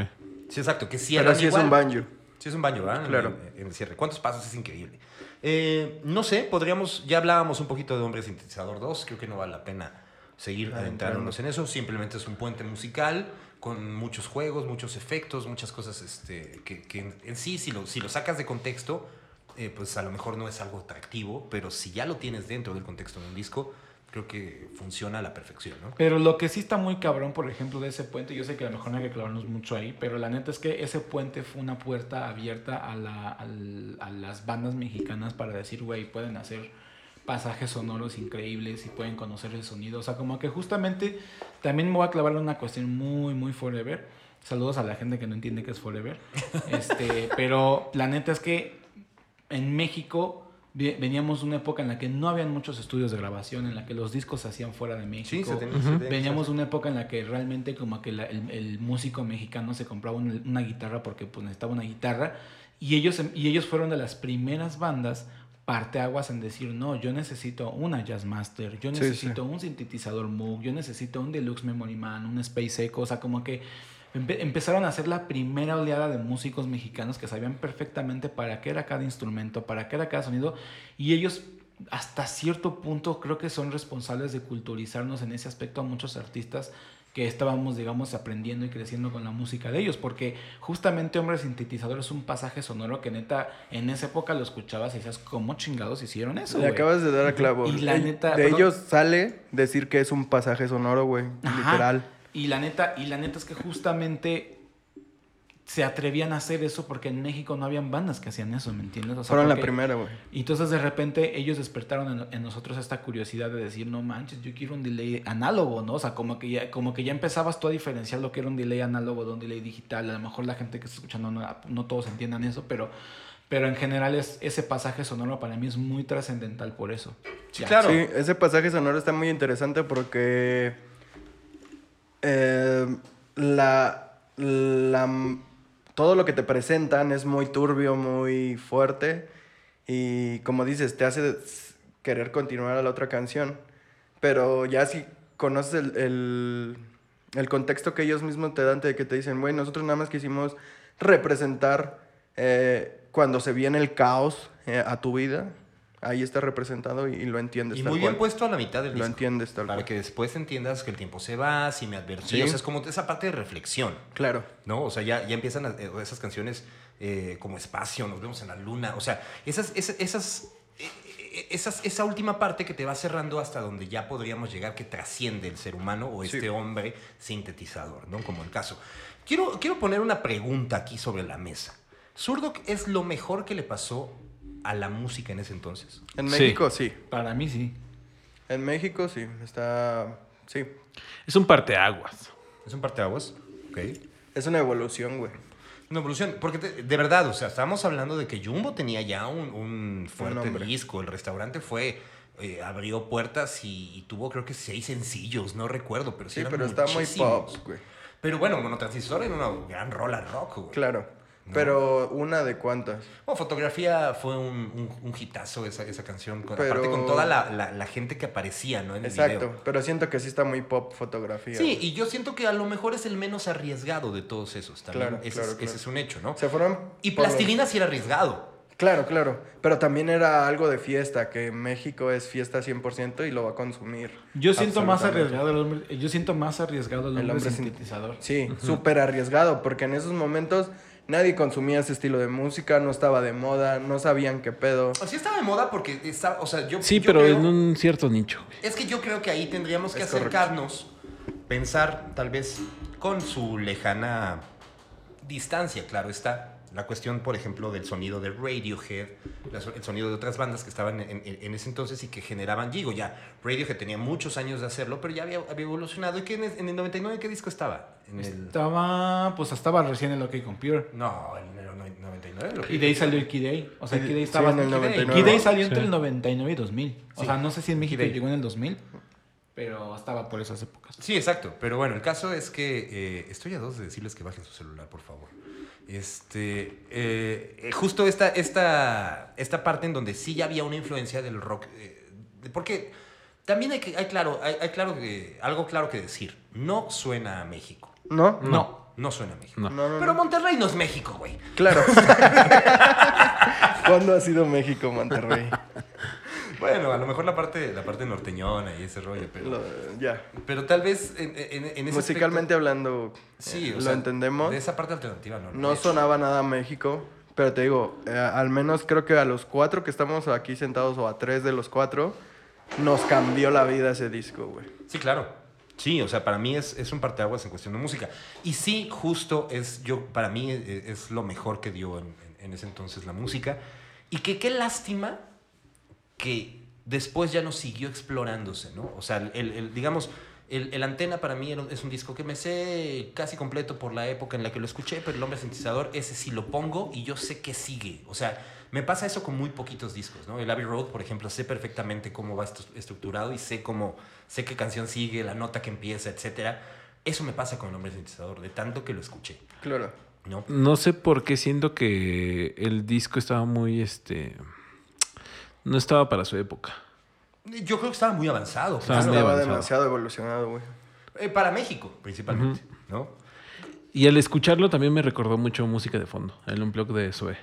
S1: Sí, exacto. Que cierra
S3: Pero sí es un banjo.
S1: Sí es un baño, ¿verdad? En-
S3: Claro.
S1: En, en el cierre. ¿Cuántos pasos? Es increíble. Eh, no sé, podríamos... Ya hablábamos un poquito de Hombre Sintetizador 2. Creo que no vale la pena seguir
S3: Ah,
S1: adentrándonos en eso. Simplemente es un puente musical con muchos juegos, muchos efectos, muchas cosas este, que, que en, en sí, si lo, si lo sacas de contexto, eh, pues a lo mejor no es algo atractivo, pero si ya lo tienes dentro del contexto de un disco, creo que funciona a la perfección, ¿no?
S2: Pero lo que sí está muy cabrón, por ejemplo, de ese puente, yo sé que a lo mejor no hay que clavarnos mucho ahí, pero la neta es que ese puente fue una puerta abierta a, la, al- a las bandas mexicanas para decir, güey, pueden hacer pasajes sonoros increíbles y pueden conocer el sonido. O sea, como que justamente también me voy a clavar en una cuestión muy, muy forever. Saludos a la gente que no entiende que es forever. Este, pero la neta es que en México vi- veníamos de una época en la que no habían muchos estudios de grabación, en la que los discos se hacían fuera de México.
S1: Sí, se tenía-
S4: Ujú.
S1: se tenía que
S2: Veníamos de una época en la que realmente como que la- el, el músico mexicano se compraba un- una guitarra porque pues necesitaba una guitarra y ellos, y ellos fueron de las primeras bandas parteaguas en decir, no, yo necesito una Jazzmaster, yo
S3: Sí,
S2: necesito un sintetizador Moog, yo necesito un Deluxe Memory Man, un Space Echo, o sea, como que empe- empezaron a hacer la primera oleada de músicos mexicanos que sabían perfectamente para qué era cada instrumento, para qué era cada sonido, y ellos hasta cierto punto creo que son responsables de culturizarnos en ese aspecto a muchos artistas que estábamos, digamos, aprendiendo y creciendo con la música de ellos, porque justamente Hombre Sintetizador es un pasaje sonoro que neta, en esa época lo escuchabas y decías, ¿cómo chingados hicieron eso?
S3: Le
S2: güey?"
S3: acabas de dar a clavo.
S2: Y la
S3: De-
S2: neta,
S3: de
S2: perdón.
S3: ellos sale decir que es un pasaje sonoro, güey.
S2: Ajá.
S3: Literal.
S2: Y la neta, y la neta es que justamente se atrevían a hacer eso porque en México no habían bandas que hacían eso, ¿me entiendes? O sea,
S3: Fueron la
S2: porque-
S3: primera, güey.
S2: Y entonces de repente ellos despertaron en, en nosotros esta curiosidad de decir, no manches, yo quiero un delay análogo, ¿no? O sea, como que, ya, como que ya empezabas tú a diferenciar lo que era un delay análogo de un delay digital. A lo mejor la gente que está escuchando no, no todos entiendan eso, pero, pero en general es, ese pasaje sonoro para mí es muy trascendental por eso.
S1: Sí,
S2: Ya.
S1: claro.
S3: Sí, ese pasaje sonoro está muy interesante porque eh, la, la- todo lo que te presentan es muy turbio, muy fuerte y como dices, te hace querer continuar a la otra canción. Pero ya si conoces el, el- el contexto que ellos mismos te dan, de que te dicen, güey, nosotros nada más quisimos representar eh, cuando se viene el caos eh, a tu vida, ahí está representado y, y lo entiendes.
S1: Y
S3: tal
S1: muy bien
S3: cual.
S1: puesto a la mitad del
S3: Lo
S1: disco.
S3: entiendes tal
S1: Para
S3: cual.
S1: que después entiendas que el tiempo se va, si me advertí.
S3: Sí.
S1: O sea, es como esa parte de reflexión.
S3: Claro.
S1: ¿no? O sea, ya, ya empiezan a- eh, esas canciones eh, como espacio, nos vemos en la luna, o sea, esas, esas, esas, eh, eh, esas- esa última parte que te va cerrando hasta donde ya podríamos llegar, que trasciende el ser humano o este hombre sintetizador, ¿no? Como el caso. Quiero, quiero poner una pregunta aquí sobre la mesa. ¿Zurdok es lo mejor que le pasó a la música en ese entonces?
S3: En
S4: Sí.
S3: México sí.
S2: Para mí sí.
S3: En México sí. Está. Sí.
S4: Es un parteaguas.
S1: ¿Es un parteaguas? Ok.
S3: Es una evolución, güey.
S1: Una evolución, porque te- de verdad, o sea, estábamos hablando de que Jumbo tenía ya un, un fuerte
S3: nombre.
S1: disco, el restaurante fue, eh, abrió puertas y, y tuvo creo que seis sencillos, no recuerdo, pero sí,
S3: Sí,
S1: eran
S3: pero está muy pop,
S1: muchísimos.
S3: güey.
S1: Pero bueno, Monotransistor era una gran rola rock, güey.
S3: Claro. Pero una de cuantas.
S1: Bueno, fotografía fue un, un- un hitazo esa, esa canción, con-
S3: Pero-
S1: aparte con toda la, la- la gente que aparecía, ¿no? En el
S3: Exacto.
S1: video.
S3: Pero siento que sí está muy pop fotografía.
S1: Sí,
S3: güey.
S1: y yo siento que a lo mejor es el menos arriesgado de todos esos también.
S3: Claro,
S1: ese,
S3: claro,
S1: es, ese
S3: claro.
S1: es un hecho, ¿no?
S3: Se fueron.
S1: y
S3: por los-
S1: Plastilina sí era arriesgado.
S3: Claro, claro. Pero también era algo de fiesta, que México es fiesta 100% y lo va a consumir.
S2: Yo siento más
S3: Absolutamente.
S2: arriesgado el hombre, yo siento más arriesgado el
S3: El
S2: hombre,
S3: hombre sin-
S2: sintetizador.
S3: Sí, súper arriesgado, porque en esos momentos nadie consumía ese estilo de música, no estaba de moda, no sabían qué pedo.
S1: O Pues Sí estaba de moda porque está, o sea, yo
S4: Sí,
S1: yo
S4: pero
S1: creo-
S4: en un cierto nicho.
S1: es que yo creo que ahí tendríamos que
S3: Es correcto.
S1: acercarnos, pensar tal vez con su lejana distancia, claro está. La cuestión, por ejemplo, del sonido de Radiohead, la so- el sonido de otras bandas que estaban en, en- en ese entonces y que generaban, digo, ya, Radiohead tenía muchos años de hacerlo, pero ya había, había evolucionado. ¿Y qué en, es- en el 99 qué disco estaba? En
S4: Este
S1: el-
S2: Estaba, pues estaba recién en lo que Computer.
S1: no, en el no- 99. lo que-
S2: Y de ahí salió el Key Day. O sea, el Key Day
S3: Sí,
S2: estaba
S3: en el
S2: El
S3: 99.
S2: Key Day salió entre
S4: Sí.
S2: el 99 y 2000. O
S1: Sí.
S2: sea, no sé si en México
S1: Key Day.
S2: llegó en el 2000, pero estaba por esas épocas.
S1: Sí, exacto. Pero bueno, el caso es que eh, estoy a dos de decirles que bajen su celular, por favor. Este, eh, eh, justo esta, esta, esta parte en donde sí ya había una influencia del rock. eh, de- porque también hay, que, hay, claro, hay, hay claro que, algo claro que decir. No suena a México.
S3: ¿No?
S2: No.
S1: No suena a México.
S4: No.
S3: No, no,
S1: Pero
S3: no.
S1: Monterrey no es México, güey.
S3: Claro. ¿Cuándo ha sido México, Monterrey?
S1: Bueno, a lo mejor la parte, la parte norteñona y ese rollo, pero,
S3: Lo- ya.
S1: pero tal vez en, en- en ese
S3: Musicalmente hablando,
S1: aspecto- sí,
S3: eh,
S1: o
S3: lo
S1: sea,
S3: entendemos.
S1: De esa parte alternativa no.
S3: No
S1: es.
S3: sonaba nada a México, pero te digo, eh, al menos creo que a los cuatro que estamos aquí sentados o a tres de los cuatro, nos cambió la vida ese disco, güey.
S1: Sí, claro. Sí, o sea, para mí es, es un parteaguas en cuestión de música. Y sí, justo es, yo, para mí eh, es, lo mejor que dio en, en- en ese entonces la música. Y que qué lástima que después ya no siguió explorándose, ¿no? O sea, el, el- digamos, el, el Antena para mí era un- es un disco que me sé casi completo por la época en la que lo escuché, pero el hombre sintetizador, ese sí lo pongo y yo sé que sigue. O sea, me pasa eso con muy poquitos discos, ¿no? El Abbey Road, por ejemplo, sé perfectamente cómo va estu- estructurado y sé cómo, sé qué canción sigue, la nota que empieza, etcétera. Eso me pasa con el hombre sintetizador, de tanto que lo escuché,
S3: Claro.
S1: ¿no?
S4: No sé por qué siento que el disco estaba muy, este... No estaba para su época.
S1: Yo creo que estaba muy avanzado.
S4: Estaba
S1: claro.
S4: muy
S3: Estaba
S4: Ah, avanzado.
S3: demasiado evolucionado, güey.
S1: Eh, para México, principalmente, ¿no?
S4: Y al escucharlo también me recordó mucho música de fondo. El unplug de Zoe.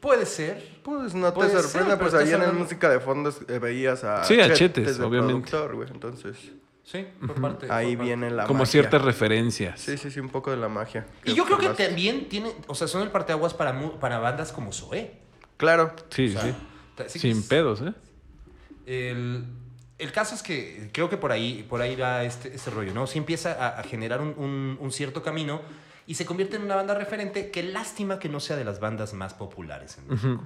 S1: Puede ser,
S3: Pues no te
S1: Puede ser,
S3: sorprenda,
S1: pero
S3: pues
S1: estás
S3: ahí en el
S1: hablando-
S3: música de fondo eh, veías a
S4: Sí, a
S3: Chet
S4: Chetes,
S3: desde el
S4: obviamente.
S3: productor, güey. Entonces,
S1: Sí, por parte.
S3: ahí
S1: por parte.
S3: viene la
S4: Como
S3: magia.
S4: ciertas referencias.
S3: Sí, sí, sí, un poco de la magia.
S1: Y yo creo que
S3: observaste.
S1: también tiene, o sea, son el parteaguas para, mu- para bandas como Zoé.
S3: Claro.
S4: Sí,
S1: O sea,
S4: sí.
S1: ta- sí que
S4: Sin
S1: es-
S4: pedos, ¿eh?
S1: El, el caso es que creo que por ahí, por ahí va este, este rollo, ¿no? Sí empieza a, a generar un, un- un cierto camino y se convierte en una banda referente que lástima que no sea de las bandas más populares en México,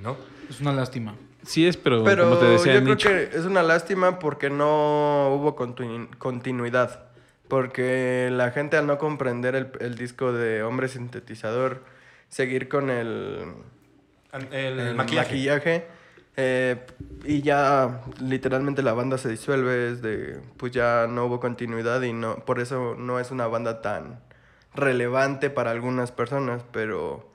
S1: ¿no?
S2: Es una lástima.
S4: Sí es, pero,
S3: Pero
S4: como te decía,
S3: yo
S4: el
S3: creo
S4: nicho.
S3: que es una lástima porque no hubo continu- continuidad. Porque la gente al no comprender el, el disco de Hombre Sintetizador, seguir con el,
S1: An- El,
S3: el
S1: maquillaje.
S3: maquillaje, eh, y ya literalmente la banda se disuelve, es de, pues ya no hubo continuidad y no por eso no es una banda tan relevante para algunas personas, pero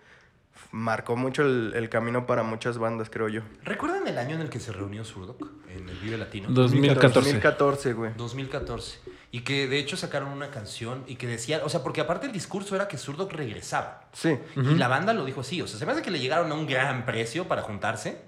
S3: marcó mucho el, el camino para muchas bandas, creo yo.
S1: ¿Recuerdan el año en el que se reunió Surdoc en el Vive Latino?
S4: 2014.
S3: 2014, güey.
S1: 2014. Y que de hecho sacaron una canción y que decía, o sea, porque aparte el discurso era que Surdoc regresaba.
S3: Sí.
S1: Y la banda lo dijo así. O sea, se me hace que le llegaron a un gran precio para juntarse.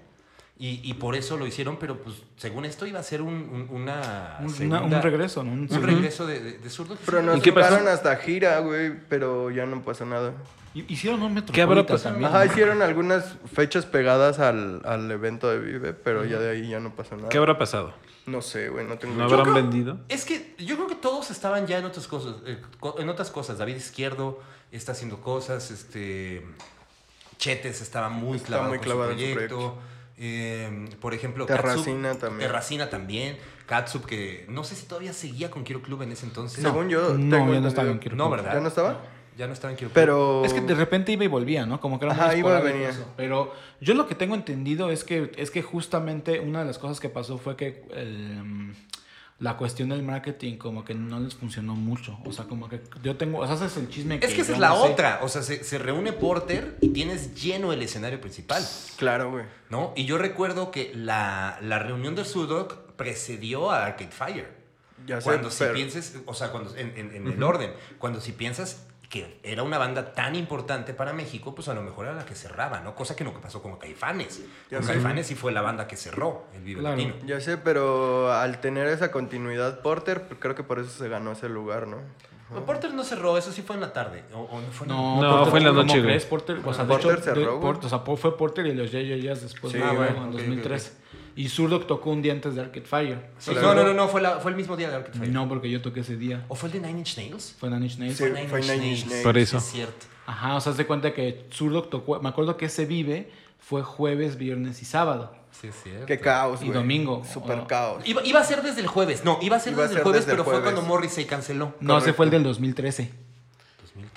S1: Y, y por eso lo hicieron, pero pues según esto iba a ser un, un- una
S2: Un- una-
S1: segunda-
S2: un regreso, ¿no? Un
S1: Un
S2: segundo.
S1: regreso de, de, de zurdo.
S4: ¿Y qué pasó?
S3: Pronosticaron hasta gira, güey, pero ya no pasó nada.
S2: Y- Hicieron un metro.
S4: habrá pasado?
S3: Ajá, hicieron algunas fechas pegadas al, al evento de Vive, pero ya de ahí ya no pasó nada.
S4: ¿Qué habrá pasado?
S3: No sé, güey, no tengo
S4: ¿No
S1: Yo
S4: habrán
S1: creo-
S4: vendido?
S1: Es que yo creo que todos estaban ya en otras cosas. eh, co- en otras cosas. David Izquierdo está haciendo cosas. Este. Chetes estaba muy
S3: Está
S1: clavado,
S3: muy
S1: con su
S3: clavado en su
S1: proyecto. eh, por ejemplo,
S3: Terracina
S1: Katsup-
S3: también.
S1: Terracina también. Katsup, que no sé si todavía seguía con Quiero Club en ese entonces.
S3: Según yo,
S2: No,
S3: tengo
S2: ya no estaba en
S3: entendido.
S2: Quiero
S1: No,
S2: Club.
S1: ¿verdad?
S3: ¿Ya no estaba?
S1: Ya no estaba en Quiero Club.
S3: Pero.
S2: Es que de repente iba y volvía, ¿no? Como que era muy
S3: Ajá, iba y
S2: esporádico
S3: venía.
S2: eso. Pero yo lo que tengo entendido es que, es que justamente una de las cosas que pasó fue que el, mm, la cuestión del marketing como que no les funcionó mucho. O sea, como que yo tengo... O sea, ese es el chisme
S1: Es que esa
S2: yo
S1: es la
S2: no sé.
S1: otra. O sea, se, se reúne Porter y tienes lleno el escenario principal.
S3: Claro, güey.
S1: ¿no? Y yo recuerdo que la, la reunión de Sudok precedió a Arcade Fire.
S3: Ya sé,
S1: cuando si
S3: pero-
S1: pienses, o sea, cuando en, en- en el orden, cuando si piensas que era una banda tan importante para México, pues a lo mejor era la que cerraba, ¿no? Cosa que no pasó con Caifanes.
S3: Ya
S1: Con
S3: sé.
S1: Caifanes sí fue la banda que cerró el Vive
S2: Claro.
S1: Latino.
S3: Ya sé, pero al tener esa continuidad Porter, pues, creo que por eso se ganó ese lugar, ¿no?
S1: No, Porter no cerró, eso sí fue en la tarde. O, o no fue en
S2: No,
S4: No,
S2: Porter-
S4: fue en la
S2: ¿cómo
S4: noche, güey.
S2: crees? Porter, o sea, de
S3: Porter
S2: hecho, de-
S3: cerró, güey.
S2: Porter- o sea, po- fue Porter y los JJJs después,
S3: Sí,
S2: ¿no?
S3: güey.
S2: en
S1: Ok,
S2: 2003. Y Zurdok tocó un día antes de Arcade Fire.
S1: Sí,
S3: Claro.
S1: No, no, no, no, fue, la- fue el mismo día de Arcade Fire.
S2: No, porque yo toqué ese día.
S1: ¿O fue el de Nine Inch Nails?
S2: Fue Nine Inch Nails.
S3: Sí, fue Nine Inch Nails.
S4: Por
S1: sí,
S4: eso.
S1: Es cierto.
S2: Ajá, o sea, haz de cuenta que Zurdok tocó. Me acuerdo que ese vive fue jueves, viernes y sábado.
S1: Sí, es cierto.
S3: Qué caos,
S2: Y
S3: güey.
S2: domingo. Oh.
S3: Super
S2: O-
S3: caos.
S1: Iba, iba a ser desde el jueves. No, iba a ser
S3: Iba a
S1: desde
S3: ser
S1: el jueves,
S3: desde el
S1: pero fue
S3: jueves.
S1: cuando Morrissey canceló.
S2: No, ese
S3: Correcto.
S2: fue el del 2013.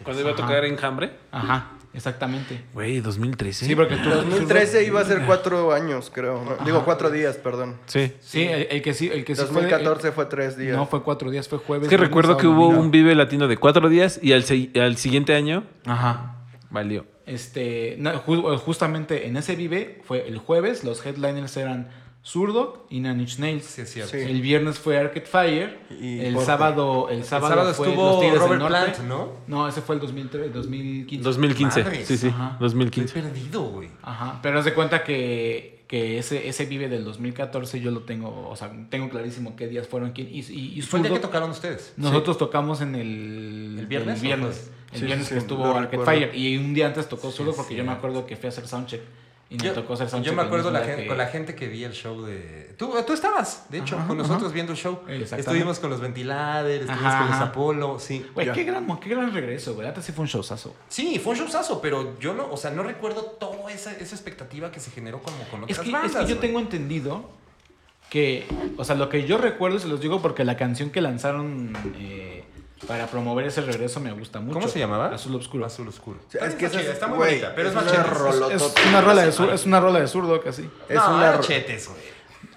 S4: ¿Cuándo iba a
S2: Ajá.
S4: tocar Enjambre?
S2: Ajá, exactamente.
S4: Güey, 2013.
S2: Sí, porque tú.
S3: 2013 iba a ser cuatro años, creo. ¿no? Digo, cuatro días, perdón.
S4: Sí.
S2: Sí, el, el que sí. El que sí fue- el-
S3: 2014 fue tres días.
S2: eh, no, fue cuatro días, fue jueves.
S4: Es que
S2: viernes,
S4: recuerdo que
S2: sábado,
S4: hubo
S2: domingo.
S4: un Vive Latino de cuatro días y al, se- al siguiente año
S2: Ajá.
S4: valió.
S2: Este, no, ju- justamente en ese vive fue el jueves, los headliners eran Zurdo y Nine Inch Nails.
S1: Sí, es cierto.
S3: Sí.
S2: El viernes fue Arcade Fire.
S3: Y
S2: el,
S3: Porter.
S2: sábado, el
S1: El
S2: sábado,
S1: sábado
S2: fue
S1: estuvo
S2: los Tigres del
S1: Robert
S2: Norte.
S1: Plant, ¿no?
S2: No, ese fue el 2003, 2015.
S4: 2015.
S1: Madres.
S4: sí, sí,
S2: Ajá.
S1: Estoy
S4: 2015.
S1: perdido, güey.
S2: Ajá, pero haz de cuenta que, que ese, ese vive del 2014 yo lo tengo, o sea, tengo clarísimo qué días fueron quién. Y, y, y
S1: Fue el día que
S2: Zurdo-
S1: tocaron ustedes.
S2: Nosotros tocamos en el,
S1: ¿El viernes
S2: El
S1: o
S2: viernes, el
S3: Sí, sí,
S2: viernes
S3: sí,
S2: que
S3: lo
S2: estuvo Arcade
S3: recuerdo.
S2: Fire. Y un día antes tocó solo porque yo me
S1: cierto.
S2: acuerdo que fui a hacer soundcheck. Y me
S1: Yo,
S2: tocó hacer
S1: yo
S2: soundcheck.
S1: me acuerdo
S2: el
S1: la
S2: mismo día
S1: gente,
S2: que-
S1: con la gente que vi el show de... Tú, tú estabas, de hecho,
S2: Ajá,
S1: con
S2: ajá.
S1: nosotros viendo el show.
S2: Exactamente.
S1: Estuvimos con los Ventilader, estuvimos
S2: Ajá,
S1: con los
S2: ajá.
S1: Apolo, sí.
S2: Güey,
S3: Ya.
S2: qué gran, mo- qué gran regreso, güey. Antes sí fue un showzazo.
S1: Sí, fue un showzazo, pero yo no, o sea, no recuerdo toda esa, esa expectativa que se generó como con otras
S2: Es que,
S1: bandas.
S2: es que yo
S1: güey.
S2: tengo entendido que, o sea, lo que yo recuerdo, y se los digo porque la canción que lanzaron eh, para promover ese regreso me gusta mucho.
S1: ¿Cómo se llamaba?
S2: Azul Obscuro.
S1: Azul Oscuro.
S3: Sí, es
S1: está,
S3: que esa
S1: chida,
S3: es-
S1: está muy
S3: güey,
S1: bonita, pero es
S3: es
S1: más
S3: una
S1: chévere.
S3: rola.
S2: Es, es una rola de sur- es una rola de zurdo casi.
S3: Es
S1: no,
S3: una
S1: era
S3: ro-
S1: chetes, güey.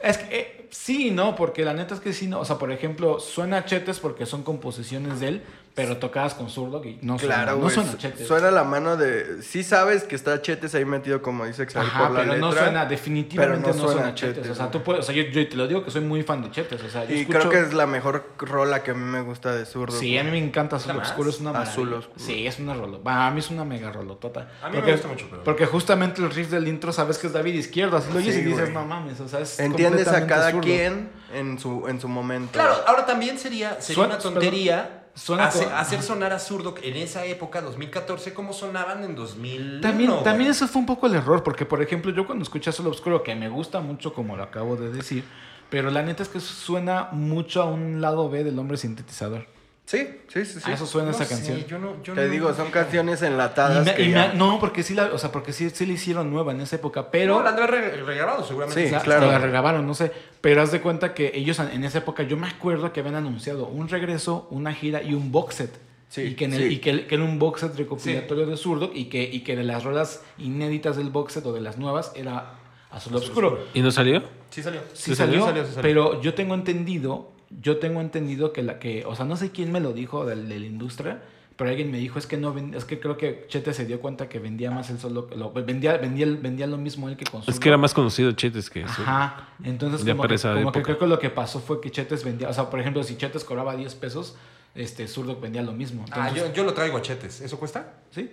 S2: Es que eh, sí, no, porque la neta es que sí, no. O sea, por ejemplo, suena a Chetes porque son composiciones de él, pero tocadas con zurdo y no suena,
S3: Claro,
S2: no
S3: güey.
S2: suena a
S3: su-
S2: Chetes.
S3: Suena la mano de. Sí sabes que está Chetes ahí metido, como dice Xavier
S2: Ajá,
S3: por la
S2: pero no
S3: letra,
S2: suena, definitivamente
S3: pero
S2: no, suena, a Chetes. O sea, tú puedes, o sea, yo, yo te lo digo que soy muy fan de Chetes. O sea, yo
S3: Y
S2: escucho-
S3: creo que es la mejor rola que a mí me gusta de zurdo.
S2: Sí,
S3: güey.
S2: a mí me encanta Azul
S1: ¿Nada más?
S2: Oscuro, es una maravilla.
S3: Azul Oscuro.
S2: Sí, es una rolo. va, A mí es una mega rolotota.
S1: A mí me gusta mucho, pero-
S2: Porque justamente el riff del intro sabes que es David Izquierdo, así lo oyes
S3: Sí,
S2: y dices,
S3: güey.
S2: no mames, o sea, es
S3: Entiendes a
S2: completamente
S3: cada
S2: zurdo.
S3: quien en su, en su momento.
S1: Claro, ahora también sería, sería
S2: Suena-
S1: una tontería
S2: suena
S1: hace-
S2: co-
S1: hacer sonar a Zurdo en esa época, 2014, como sonaban en 2000.
S2: También, también eso fue un poco el error, porque por ejemplo yo cuando escuché Solo Obscuro, que me gusta mucho como lo acabo de decir, pero la neta es que suena mucho a un lado B del hombre sintetizador.
S3: Sí, sí, sí. sí.
S2: A eso suena esa canción.
S3: Te digo, son canciones
S2: Y
S3: enlatadas.
S2: me-
S3: que
S2: y me-
S3: ya-
S2: no, porque sí la, o sea, porque sí, sí la hicieron nueva en esa época, pero...
S1: No, la han de haber re- regrabado seguramente.
S3: Sí,
S2: O sea,
S3: claro.
S2: hasta la regrabaron, no sé. Pero haz de cuenta que ellos en esa época, yo me acuerdo que habían anunciado un regreso, una gira y un box set.
S3: Sí,
S2: y que, en el-
S3: sí.
S2: y que el- que era un box set recopilatorio de Zurdo y que, y que de las rolas inéditas del box set o de las nuevas era Azul Oscuro.
S4: ¿Y no salió?
S1: Sí salió.
S2: Sí, salió, pero yo tengo entendido, yo tengo entendido que la que, o sea, no sé quién me lo dijo del- de, la industria, pero alguien me dijo es que no ven- es que creo que Chete se dio cuenta que vendía más el solo, lo- vendía, vendía, vendía lo mismo él que con
S4: Es
S2: Zurdo.
S4: que era más conocido Chetes que eso.
S2: Ajá. Entonces,
S4: Ya
S2: como,
S4: para
S2: que,
S4: esa
S2: como que
S4: época.
S2: creo que lo que pasó fue que Chetes vendía. O sea, por ejemplo, si Chetes cobraba 10 pesos, este Zurdo vendía lo mismo.
S1: Ah,
S2: Entonces,
S1: yo, yo lo traigo a Chetes. ¿Eso cuesta?
S2: ¿Sí?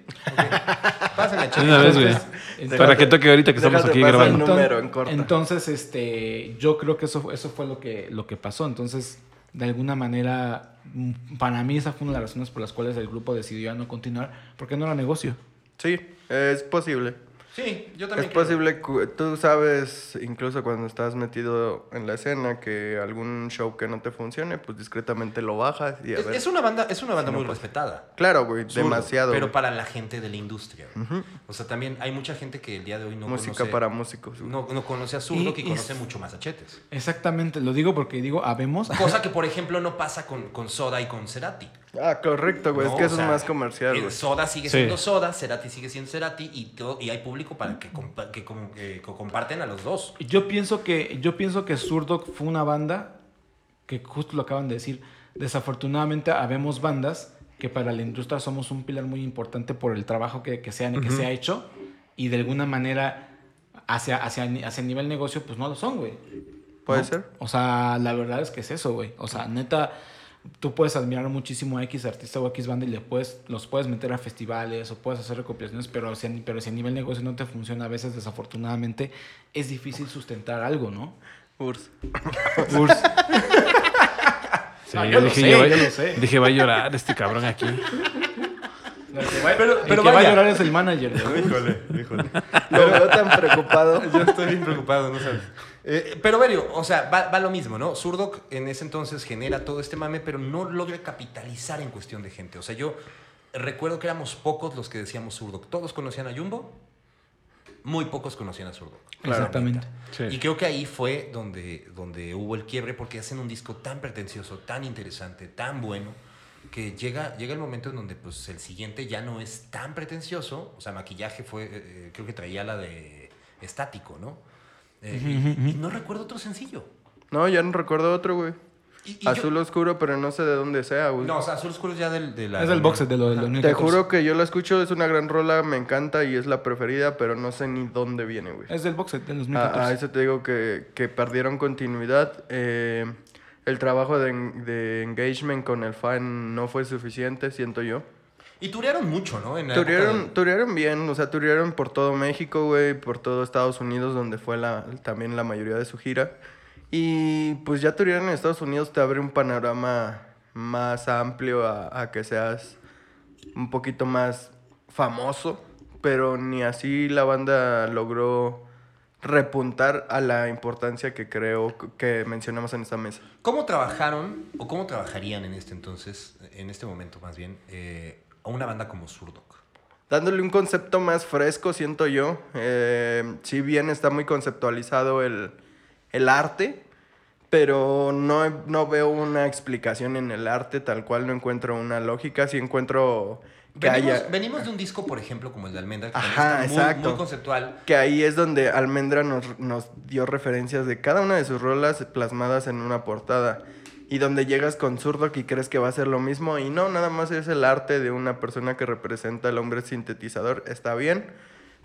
S1: Pásenme a
S4: De
S1: Chetes.
S4: una vez, güey.
S2: Entonces-
S4: Para que toque ahorita que estamos
S3: Déjate
S4: aquí
S3: pasar,
S4: grabando.
S3: ¿no? número en corta.
S2: Entonces, este, yo creo que eso, eso fue lo que, lo que pasó. Entonces, de alguna manera, mm, para mí esa fue una de las razones por las cuales el grupo decidió ya no continuar, porque no era negocio.
S3: Sí, es posible.
S1: Sí, yo
S3: Es
S1: también. creo.
S3: posible, cu- tú sabes, incluso cuando estás metido en la escena, que algún show que no te funcione, pues discretamente lo bajas y
S1: Es,
S3: a ver. pues.
S1: es una banda, es una banda muy respetada.
S3: Claro, güey,
S1: Zurdo,
S3: demasiado.
S1: Pero
S3: güey.
S1: para la gente de la industria. güey. O sea, también hay mucha gente que el día de hoy no
S3: Música
S1: conoce.
S3: para músicos. güey.
S1: No, no conoce a Zurdo,
S2: Y-
S1: que
S2: y-
S1: conoce mucho más a Chetes.
S2: Exactamente, lo digo porque digo, habemos.
S1: Cosa que, por ejemplo, no pasa con, con Soda y con Cerati.
S3: Ah, correcto, güey,
S1: ¿no?
S3: es que
S1: O
S3: eso
S1: sea,
S3: es más comercial,
S1: eh,
S3: güey.
S1: Soda sigue
S4: Sí.
S1: siendo Soda, Cerati sigue siendo Cerati y, todo- y hay público para que, compa- que com- que co- comparten a los dos.
S2: Yo pienso que, yo pienso que Zurdo fue una banda que justo lo acaban de decir. Desafortunadamente, habemos bandas que para la industria somos un pilar muy importante por el trabajo que, que, se, han- que se ha hecho y de alguna manera hacia, hacia, ni- hacia el nivel negocio, pues no lo son, güey.
S3: ¿Puede
S2: ¿no?
S3: ser?
S2: O sea, la verdad es que es eso, güey. O sea, neta, tú puedes admirar muchísimo a X artista o X banda y le puedes, los puedes meter a festivales o puedes hacer recopilaciones, pero si, a ni- pero si a nivel negocio no te funciona, a veces desafortunadamente es difícil sustentar algo, ¿no?
S3: Urs.
S4: Sí,
S2: Ah, yo
S4: yo
S2: lo
S4: dije,
S2: sé,
S4: ya va-
S2: yo lo sé.
S4: dije, va a llorar este cabrón aquí.
S2: Pero,
S1: pero
S2: que va
S1: vaya.
S2: a llorar es el manager, güey.
S1: Híjole, híjole.
S3: Lo veo tan preocupado.
S1: Yo estoy bien preocupado, no sabes. Eh, pero Verio, o sea, va, va lo mismo, ¿no? Zurdok en ese entonces genera todo este mame, pero no logra capitalizar en cuestión de gente. O sea, yo recuerdo que éramos pocos los que decíamos Zurdok. Todos conocían a Jumbo, muy pocos conocían a Zurdok.
S2: Exactamente.
S4: Sí.
S1: Y creo que ahí fue donde, donde hubo el quiebre, porque hacen un disco tan pretencioso, tan interesante, tan bueno, que llega, llega el momento en donde pues, el siguiente ya no es tan pretencioso. O sea, maquillaje fue, eh, eh, creo que traía la de estático, ¿no? Eh, y, y no recuerdo otro sencillo.
S3: No, ya no recuerdo otro, güey.
S1: Y- y yo-
S3: Azul oscuro, pero no sé de dónde sea, güey.
S1: no, o sea, Azul Oscuro es ya del, de la.
S2: Es del boxe de lo del
S3: Te
S2: 2014.
S3: juro que yo la escucho, es una gran rola, me encanta y es la preferida, pero no sé ni dónde viene, güey.
S2: Es del boxe del
S3: A,
S2: 2014.
S3: a eso te digo que, que perdieron continuidad. eh, el trabajo de, en- de engagement con el fan no fue suficiente, siento yo.
S1: Y turearon mucho, ¿no? En la época
S3: Turearon,
S1: del-
S3: turearon bien, o sea, turearon por todo México, güey, por todo Estados Unidos, donde fue la, también la mayoría de su gira. Y pues ya turear en Estados Unidos te abre un panorama más amplio a, a que seas un poquito más famoso, pero ni así la banda logró repuntar a la importancia que creo que mencionamos en esta mesa.
S1: ¿Cómo trabajaron o cómo trabajarían en este entonces, en este momento más bien, eh, a una banda como Zurdok?
S3: dándole un concepto más fresco, siento yo. Eh, si bien está muy conceptualizado el, el arte, pero no, no veo una explicación en el arte tal cual, no encuentro una lógica, sí encuentro que
S1: Venimos,
S3: haya...
S1: venimos de un disco, por ejemplo, como el de Almendra, que también
S3: Ajá,
S1: está muy- muy,
S3: exacto.
S1: conceptual.
S3: Que ahí es donde Almendra nos, nos dio referencias de cada una de sus rolas plasmadas en una portada. Y donde llegas con zurdo y crees que va a ser lo mismo. Y no, nada más es el arte de una persona que representa al hombre sintetizador. Está bien.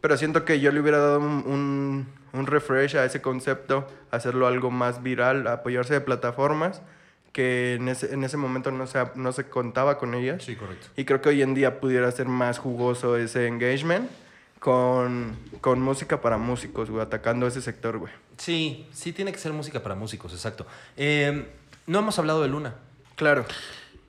S3: Pero siento que yo le hubiera dado un, un- un refresh a ese concepto. Hacerlo algo más viral. Apoyarse de plataformas que en ese, en ese momento no se, no se contaba con ellas.
S1: Sí, correcto.
S3: Y creo que hoy en día pudiera ser más jugoso ese engagement con, con música para músicos, güey, atacando ese sector, güey.
S1: Sí, sí tiene que ser música para músicos, exacto. Eh, no hemos hablado de Luna.
S3: Claro,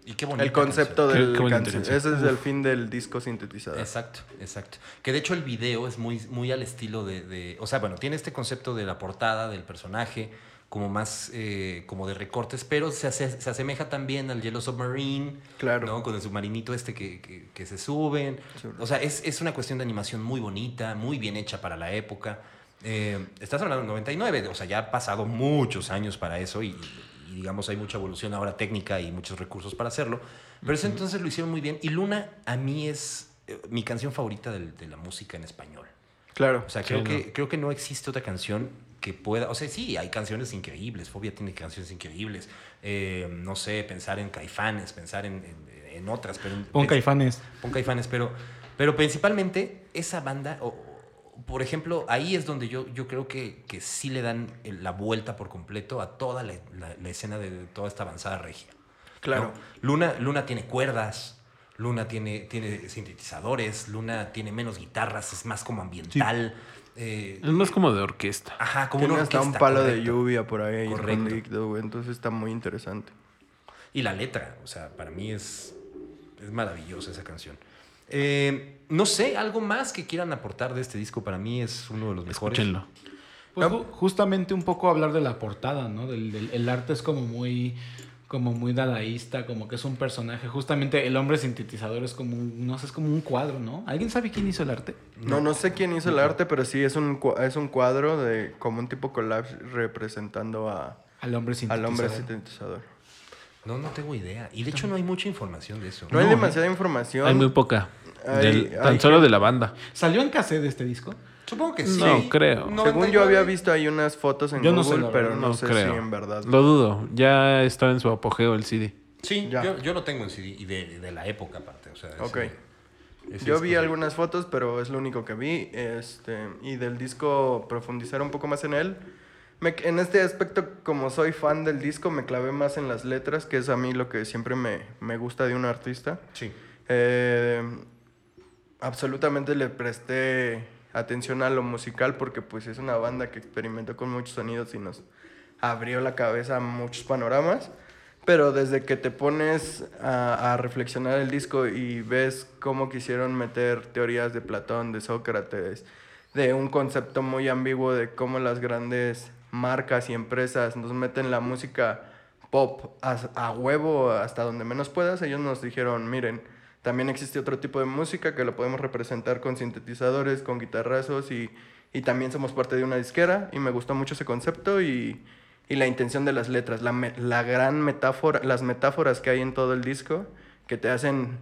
S1: Y qué bonito.
S3: el concepto
S4: canción.
S3: del
S4: Qué- qué bonita
S3: canción.
S4: canción.
S3: Ese es el fin del disco sintetizado.
S1: Exacto, exacto. Que de hecho el video es muy, muy al estilo de, de- O sea, bueno, tiene este concepto de la portada, del personaje, como más. eh, como de recortes, pero se, ase- se asemeja también al Yellow Submarine.
S3: Claro.
S1: ¿no? Con el submarinito este que, que- que se suben. O sea, es, es una cuestión de animación muy bonita, muy bien hecha para la época. Eh, estás hablando del 99, o sea, ya han pasado muchos años para eso y, y digamos hay mucha evolución ahora técnica y muchos recursos para hacerlo. Pero ese entonces lo hicieron muy bien. Y Luna a mí es eh, mi canción favorita del- de la música en español.
S3: Claro.
S1: O sea,
S4: Sí,
S1: creo,
S4: ¿no?
S1: que, creo que no existe otra canción que pueda. O sea, sí, hay canciones increíbles. Fobia tiene canciones increíbles. Eh, no sé, pensar en caifanes, pensar en, en- en otras. Pero,
S2: Pon
S1: pens-
S2: caifanes.
S1: Pon caifanes, pero, pero principalmente esa banda. o- o, por ejemplo, ahí es donde yo, yo creo que, que sí le dan el- la vuelta por completo a toda la, la- la escena de toda esta avanzada regia.
S3: Claro.
S1: ¿no? Luna, Luna tiene cuerdas, Luna tiene, tiene sintetizadores, Luna tiene menos guitarras, es más como ambiental. eh,
S4: Es más como de orquesta.
S1: ajá, como
S3: Tiene
S1: una
S3: hasta un
S1: orquesta,
S3: palo de
S1: correcto.
S3: lluvia por ahí
S1: Correcto.
S3: escondido, güey. Entonces está muy interesante.
S1: Y la letra, o sea, para mí es, es maravillosa esa canción. Eh, no sé, algo más que quieran aportar de este disco para mí es uno de los mejores.
S4: Escúchenlo.
S2: Pues ju- justamente un poco hablar de la portada, ¿no? Del, del- el arte es como muy como muy dadaísta, como que es un personaje. Justamente el hombre sintetizador es como un, no sé, es como un cuadro, ¿no? ¿Alguien sabe quién hizo el arte?
S3: No, no sé quién hizo el arte, pero sí es un, cua- es un cuadro de como un tipo collage representando a,
S2: Al hombre
S3: al
S2: sintetizador.
S3: hombre sintetizador.
S1: No, no tengo idea. Y de hecho no hay mucha información de eso.
S3: No, hay demasiada información.
S4: Hay muy poca.
S3: Hay-
S4: Del-
S3: hay
S4: tan solo de la banda.
S2: ¿Salió en cassette este disco?
S1: Supongo que sí.
S4: No, creo.
S3: Según yo había visto ahí unas fotos en
S2: Yo no sé,
S3: Google,
S2: la
S3: pero
S2: verdad,
S3: no,
S4: No
S3: sé
S4: creo.
S3: si en verdad.
S4: Lo dudo. Ya está en su apogeo el CD.
S1: Sí,
S3: Ya.
S1: yo, yo lo tengo en CD y de, de la época aparte. O sea, ese-
S3: Ok.
S1: ese
S3: Yo
S1: disco
S3: vi
S1: de-
S3: algunas fotos, pero es lo único que vi. Este, y del disco profundizar un poco más en él. Me- en este aspecto, como soy fan del disco, me clavé más en las letras, que es a mí lo que siempre me, me gusta de un artista.
S1: Sí.
S3: Eh, absolutamente le presté atención a lo musical porque pues es una banda que experimentó con muchos sonidos y nos abrió la cabeza a muchos panoramas. Pero desde que te pones a, a reflexionar el disco y ves cómo quisieron meter teorías de Platón, de Sócrates, de un concepto muy ambiguo de cómo las grandes marcas y empresas nos meten la música pop a, a huevo hasta donde menos puedas, ellos nos dijeron, miren, también existe otro tipo de música que lo podemos representar con sintetizadores, con guitarrazos y, y también somos parte de una disquera y me gustó mucho ese concepto y, y la intención de las letras, la, me- la gran metáfora, las metáforas que hay en todo el disco que te hacen,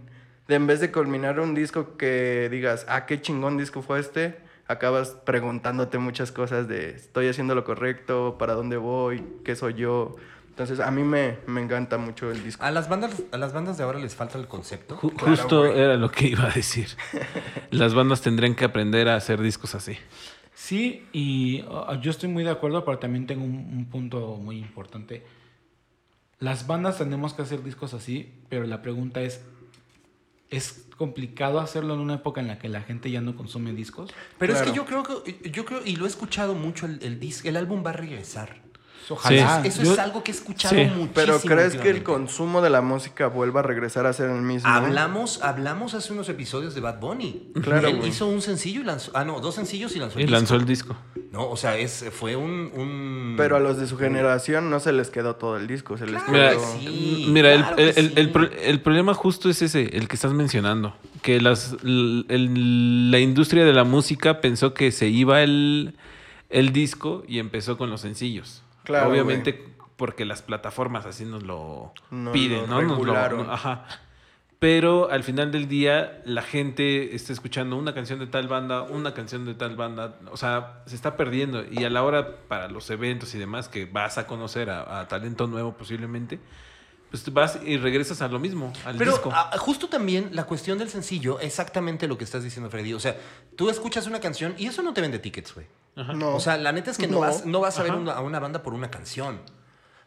S3: de en vez de culminar un disco que digas, ah, qué chingón disco fue este, acabas preguntándote muchas cosas de, estoy haciendo lo correcto, para dónde voy, qué soy yo. Entonces a mí me, me encanta mucho el disco.
S1: A las, bandas, a las bandas de ahora les falta el concepto.
S4: Ju- Justo era lo que iba a decir. Las bandas tendrían que aprender a hacer discos así.
S2: Sí, y uh, yo estoy muy de acuerdo, pero también tengo un, un punto muy importante. Las bandas tenemos que hacer discos así, pero la pregunta es, ¿es complicado hacerlo en una época en la que la gente ya no consume discos?
S1: Pero es
S3: Claro.
S1: que yo creo que, yo creo, y lo he escuchado mucho, el, el disco, el álbum va a regresar.
S2: Ojalá.
S4: Ah, Sí.
S1: Eso
S2: Yo-
S1: es algo que he escuchado
S4: sí.
S1: muchísimo.
S3: Pero ¿crees que el
S1: últimamente.
S3: consumo de la música vuelva a regresar a ser el mismo?
S1: Hablamos, hablamos hace unos episodios de Bad Bunny.
S3: Claro,
S1: Él
S3: güey.
S1: hizo un sencillo y lanzó. Ah, no, dos sencillos y lanzó
S4: Y
S1: el
S4: lanzó
S1: disco.
S4: el disco.
S1: No, o sea, es, fue un, un-
S3: Pero a los de su generación no se les quedó todo el disco, se les
S1: Claro
S4: Mira,
S1: que
S3: quedó...
S1: sí,
S4: m- mira, el-
S1: claro
S4: el,
S1: que
S4: el-
S1: sí.
S4: el pro- el problema justo es ese, el que estás mencionando. Que las, l- el- la industria de la música pensó que se iba el, el disco y empezó con los sencillos.
S3: Claro,
S4: Obviamente porque las plataformas así nos lo
S3: Nos
S4: piden,
S3: lo
S4: ¿no? Nos lo-
S3: regularon.
S4: no- ajá. Pero al final del día la gente está escuchando una canción de tal banda, una canción de tal banda, o sea, se está perdiendo. Y a la hora para los eventos y demás que vas a conocer a, a talento nuevo posiblemente, pues tú vas y regresas a lo mismo, al
S1: Pero
S4: disco.
S1: ah, justo también la cuestión del sencillo, exactamente lo que estás diciendo, Freddy. O sea, tú escuchas una canción y eso no te vende tickets, güey.
S3: No.
S1: O sea, la neta es que no,
S3: No.
S1: vas, no vas a ver una- a una banda por una canción.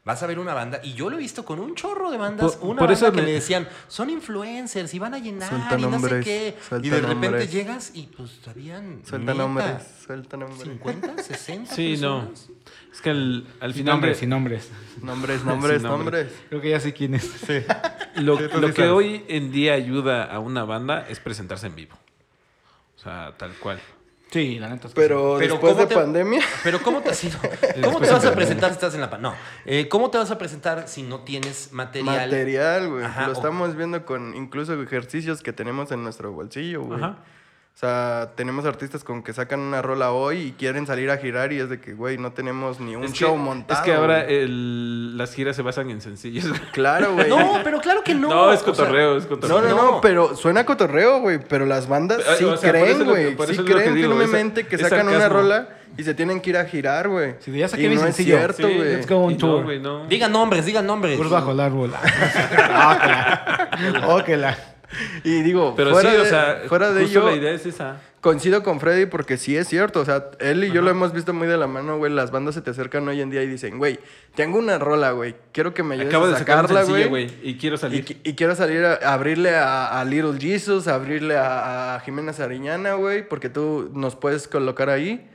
S1: Vas a ver una banda, y yo lo he visto con un chorro de bandas,
S4: Por-
S1: una
S4: por eso
S1: banda que
S4: me-
S1: me decían, son influencers y van a llenar
S3: Suelta
S1: y no
S3: nombres,
S1: sé qué.
S3: suelta
S1: Y de repente
S3: nombres.
S1: llegas y pues habían
S3: Suelta
S1: neta,
S3: nombres, suelta nombres.
S1: 50, 60
S4: sí, no.
S1: personas.
S4: Es que al, al
S2: Sin
S4: final...
S2: nombres,
S4: de-
S2: sin nombres.
S3: Nombres, nombres,
S4: Sin
S3: nombres.
S4: nombres.
S2: Creo que ya sé quién es.
S4: Lo,
S3: Sí, tú
S4: lo
S3: sí
S4: que
S3: sabes.
S4: hoy en día ayuda a una banda es presentarse en vivo. O sea, tal cual.
S2: Sí, la neta es que
S3: Pero,
S1: Pero
S3: después
S1: ¿cómo
S3: de
S1: te-
S3: pandemia...
S1: Pero ¿cómo te, si no- ¿cómo te vas a presentar si estás en la pan? No. Eh, ¿Cómo te vas a presentar si no tienes material?
S3: Material, güey.
S1: Ajá,
S3: Lo
S1: o-
S3: estamos viendo con incluso ejercicios que tenemos en nuestro bolsillo, güey.
S4: Ajá.
S3: O sea, tenemos artistas con que sacan una rola hoy y quieren salir a girar y es de que, güey, no tenemos ni un
S4: Es que-
S3: show montado.
S4: Es que ahora
S3: güey.
S4: el- las giras se basan en sencillos.
S3: Claro, güey.
S1: No, pero claro que no.
S4: No, es
S1: O sea,
S4: cotorreo, es
S3: No,
S4: cotorreo.
S3: no,
S1: No.
S3: no, pero suena cotorreo, güey, pero las bandas
S4: Ay,
S3: sí
S4: o sea, por
S3: creen,
S4: eso es lo que-
S3: güey.
S4: por
S3: Sí
S4: eso es lo que
S3: creen
S4: digo, es-
S3: firmemente que
S4: es
S3: sacan una
S4: sarcasmo.
S3: rola y se tienen que ir a girar, güey.
S2: Sí, ya saqué
S3: y
S2: mi
S3: no es
S2: sencillo.
S3: cierto,
S4: Sí,
S3: güey.
S2: let's go. on
S4: Y
S2: tour.
S4: No, güey, no.
S3: Pues
S1: digan nombres, digan nombres.
S2: Por bajo el árbol. Óquela. Óquela.
S3: Y digo,
S4: Pero
S3: fuera,
S4: sí,
S3: de,
S4: o sea,
S3: fuera de
S4: justo
S3: ello,
S4: la idea es esa.
S3: coincido con Freddy porque sí es cierto. O sea, él y yo lo hemos visto muy de la mano, güey. Las bandas se te acercan hoy en día y dicen, güey, tengo una rola, güey. Quiero que me ayudes
S4: Acabo
S3: a
S4: de sacar un
S3: sacarla,
S4: sencillo,
S3: güey.
S4: güey, y quiero
S3: Y,
S4: salir.
S3: qui- y quiero salir a, a abrirle a, a Little Jesus, a abrirle a, a Jimena Sariñana, güey, porque tú nos puedes colocar ahí.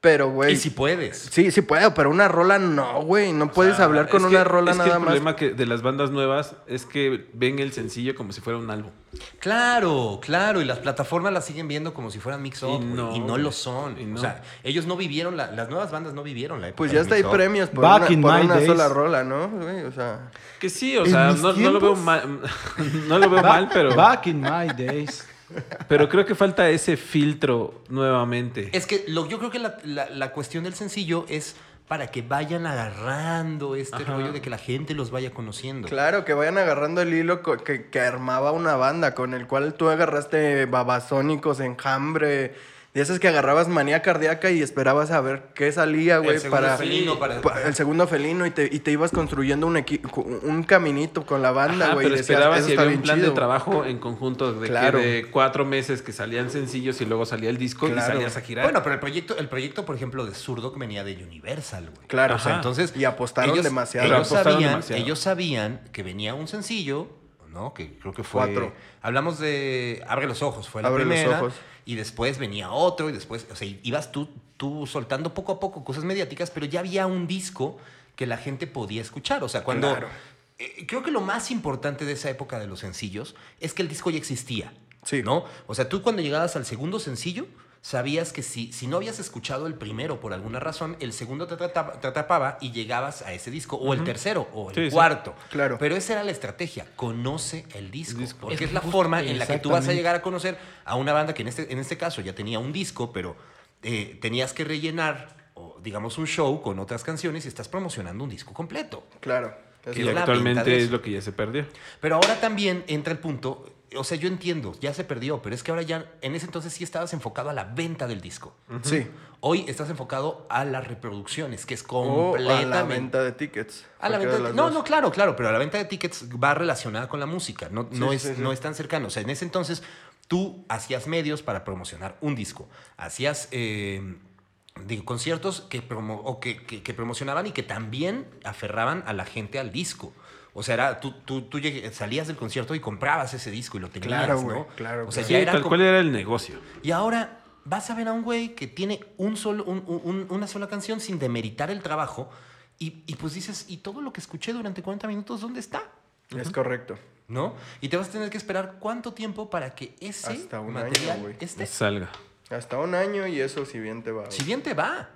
S3: Pero, güey.
S1: Y si puedes.
S3: Sí, sí puedo, pero una rola no, güey. No puedes hablar con
S4: Es que-
S3: una rola
S4: es que
S3: nada
S4: El
S3: más.
S4: problema que de las bandas nuevas es que ven el sencillo como si fuera un álbum.
S1: Claro, claro. Y las plataformas las siguen viendo como si fueran mix-up.
S4: Y
S1: güey, Y,
S4: no,
S1: no,
S4: güey.
S1: lo son.
S4: Y no.
S1: O sea, ellos no vivieron, la- las nuevas bandas no vivieron la época.
S3: Pues
S1: del
S3: ya hasta hay
S1: mix-up.
S3: premios por
S2: Back
S3: una,
S2: in
S3: por
S2: my
S3: una
S2: days.
S3: sola rola, ¿no? Güey, o sea,
S4: Que sí, o
S2: En
S4: sea,
S2: mis
S4: no, no lo veo
S2: tiempos.
S4: mal, no lo veo
S2: Ba-
S4: mal, pero,
S2: Back in my days.
S4: pero creo que falta ese filtro nuevamente.
S1: Es que lo, yo creo que la, la- la cuestión del sencillo es para que vayan agarrando este rollo de que la gente los vaya conociendo.
S3: claro, que vayan agarrando el hilo co- que, que armaba una banda con el cual tú agarraste babasónicos, enjambre, de esas que agarrabas manía cardíaca y esperabas a ver qué salía, güey,
S1: segundo
S3: para,
S1: felino, para-
S3: pa- el segundo felino y te, y te ibas construyendo un, equi- un caminito con la banda,
S4: Ajá,
S3: güey. y
S4: pero
S3: decías,
S4: esperaba
S3: "Eso
S4: si
S3: está
S4: había
S3: bien
S4: un plan
S3: chido".
S4: de trabajo en conjunto de, que
S3: Claro.
S4: de cuatro meses que salían sencillos y luego salía el disco y
S3: Claro.
S4: salías a girar.
S1: Bueno, pero el proyecto, el proyecto, por ejemplo, de Zurdo que venía de Universal, güey.
S3: Claro,
S1: O sea,
S4: Ajá.
S1: entonces.
S3: Y apostaron
S1: ellos-
S3: demasiado.
S1: Ellos,
S4: Apostaron
S1: sabían,
S4: demasiado.
S1: ellos sabían que venía un sencillo, ¿no? Que creo que fue.
S3: Cuatro.
S1: Hablamos de Abre los ojos, fue la
S3: Abre los
S1: primera.
S3: ojos.
S1: Y después venía otro, y después. O sea, ibas tú, tú soltando poco a poco cosas mediáticas, pero ya había un disco que la gente podía escuchar. O sea, cuando.
S3: Claro.
S1: eh, Creo que lo más importante de esa época de los sencillos es que el disco ya existía.
S3: Sí.
S1: ¿No? O sea, tú cuando llegabas al segundo sencillo, sabías que si, si no habías escuchado el primero por alguna razón, el segundo te, atrapa- te atrapaba y llegabas a ese disco, o el tercero, o el
S4: Sí, sí.
S1: cuarto.
S3: Claro.
S1: Pero esa era la estrategia, conoce el disco,
S4: El disco.
S1: porque
S4: Es
S1: es, la
S4: justo,
S1: forma en la que tú vas a
S2: exactamente.
S1: llegar a conocer a una banda que en este, en este caso ya tenía un disco, pero eh, tenías que rellenar, o, digamos, un show con otras canciones y estás promocionando un disco completo.
S3: Claro. es
S1: Y
S4: y
S1: la venta
S4: actualmente
S1: de
S4: es
S1: eso.
S4: lo que ya se perdió.
S1: Pero ahora también entra el punto, o sea, yo entiendo, ya se perdió, pero es que ahora ya, en ese entonces sí estabas enfocado a la venta del disco.
S3: Sí.
S1: Hoy estás enfocado a las reproducciones, que es
S3: O a la
S1: completamente...
S3: venta de tickets.
S1: A la
S3: cualquiera
S1: venta
S3: de
S1: de-
S3: las
S1: no,
S3: dos.
S1: no, claro, claro, pero la venta de tickets va relacionada con la música, no, no,
S3: sí,
S1: es,
S3: sí, sí.
S1: no es tan cercano. O sea, en ese entonces tú hacías medios para promocionar un disco, hacías eh, digo, conciertos que, promo- o que, que- que promocionaban y que también aferraban a la gente al disco. O sea, era, tú, tú, tú llegue- salías del concierto y comprabas ese disco y lo tenías,
S3: Claro,
S1: ¿no?
S3: güey, claro,
S1: O sea,
S3: claro.
S1: ya
S4: Sí,
S1: era
S4: tal
S1: como-
S4: cual era el negocio.
S1: y ahora vas a ver a un güey que tiene un solo, un- un- una sola canción sin demeritar el trabajo. Y, y pues dices, ¿y todo lo que escuché durante 40 minutos, dónde está?
S3: Es correcto.
S1: ¿No? Y te vas a tener que esperar cuánto tiempo para que ese
S3: Hasta un año,
S1: material
S3: güey.
S1: esté.
S4: Salga.
S3: Hasta un año y eso si bien te va.
S1: Si bien te va,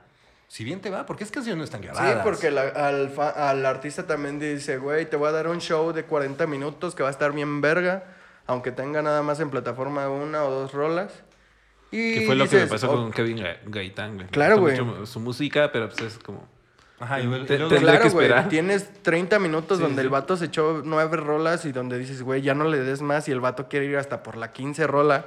S1: si bien te va, porque es canciones no están
S3: Sí,
S1: grabadas.
S3: porque la- al, fa- al artista también dice, güey, te voy a dar un show de 40 minutos que va a estar bien verga, aunque tenga nada más en plataforma una o dos rolas. Y
S4: Que fue lo que me
S3: dices,
S4: pasó
S3: "Oh,
S4: con Kevin Ga- Gaitán, güey. Me
S3: Claro,
S4: gusta
S3: güey.
S4: mucho Su música, pero pues es como...
S1: Ajá, y luego-
S4: Te-
S1: y luego-
S4: te- tendré
S3: Claro,
S4: que
S3: güey,
S4: esperar.
S3: tienes 30 minutos
S4: Sí,
S3: donde el
S4: sí.
S3: vato se echó nueve rolas y donde dices, güey, ya no le des más y el vato quiere ir hasta por la 15 rola.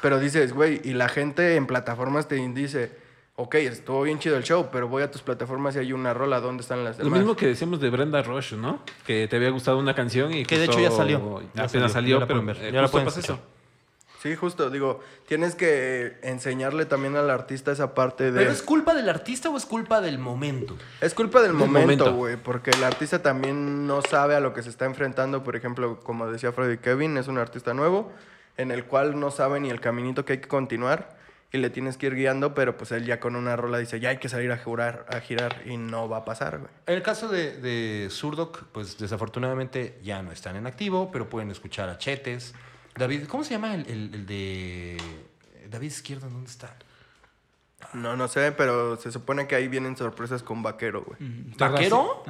S3: Pero dices, güey, y la gente en plataformas te dice, ok, estuvo bien chido el show, pero voy a tus plataformas y hay una rola, ¿dónde están las
S4: Lo
S3: demás?
S4: mismo que decíamos de Brenda Roche, ¿no? Que te había gustado una canción y
S1: Que de
S4: justo
S1: hecho ya salió. Ya
S4: apenas
S1: salió, ya
S4: salió,
S1: la
S4: pero
S1: pueden ver,
S4: eh,
S1: ya la
S4: justo
S1: pueden
S4: pasa
S1: escuchar.
S4: eso.
S3: Sí, justo, digo, tienes que enseñarle también al artista esa parte de...
S1: ¿Pero es culpa del artista o es culpa del momento?
S3: Es culpa del momento,
S4: momento.
S3: güey, porque el artista también no sabe a lo que se está enfrentando. Por ejemplo, como decía Freddy Kevin, es un artista nuevo en el cual no sabe ni el caminito que hay que continuar y le tienes que ir guiando, pero pues él ya con una rola dice, ya hay que salir a jurar, a girar y no va a pasar, güey.
S1: En el caso de, de Zurdok, pues desafortunadamente ya no están en activo, pero pueden escuchar a Chetes. David, ¿cómo se llama el, el- el de David Izquierdo? ¿Dónde está?
S3: No, no sé, pero se supone que ahí vienen sorpresas con Vaquero, güey.
S1: ¿Vaquero?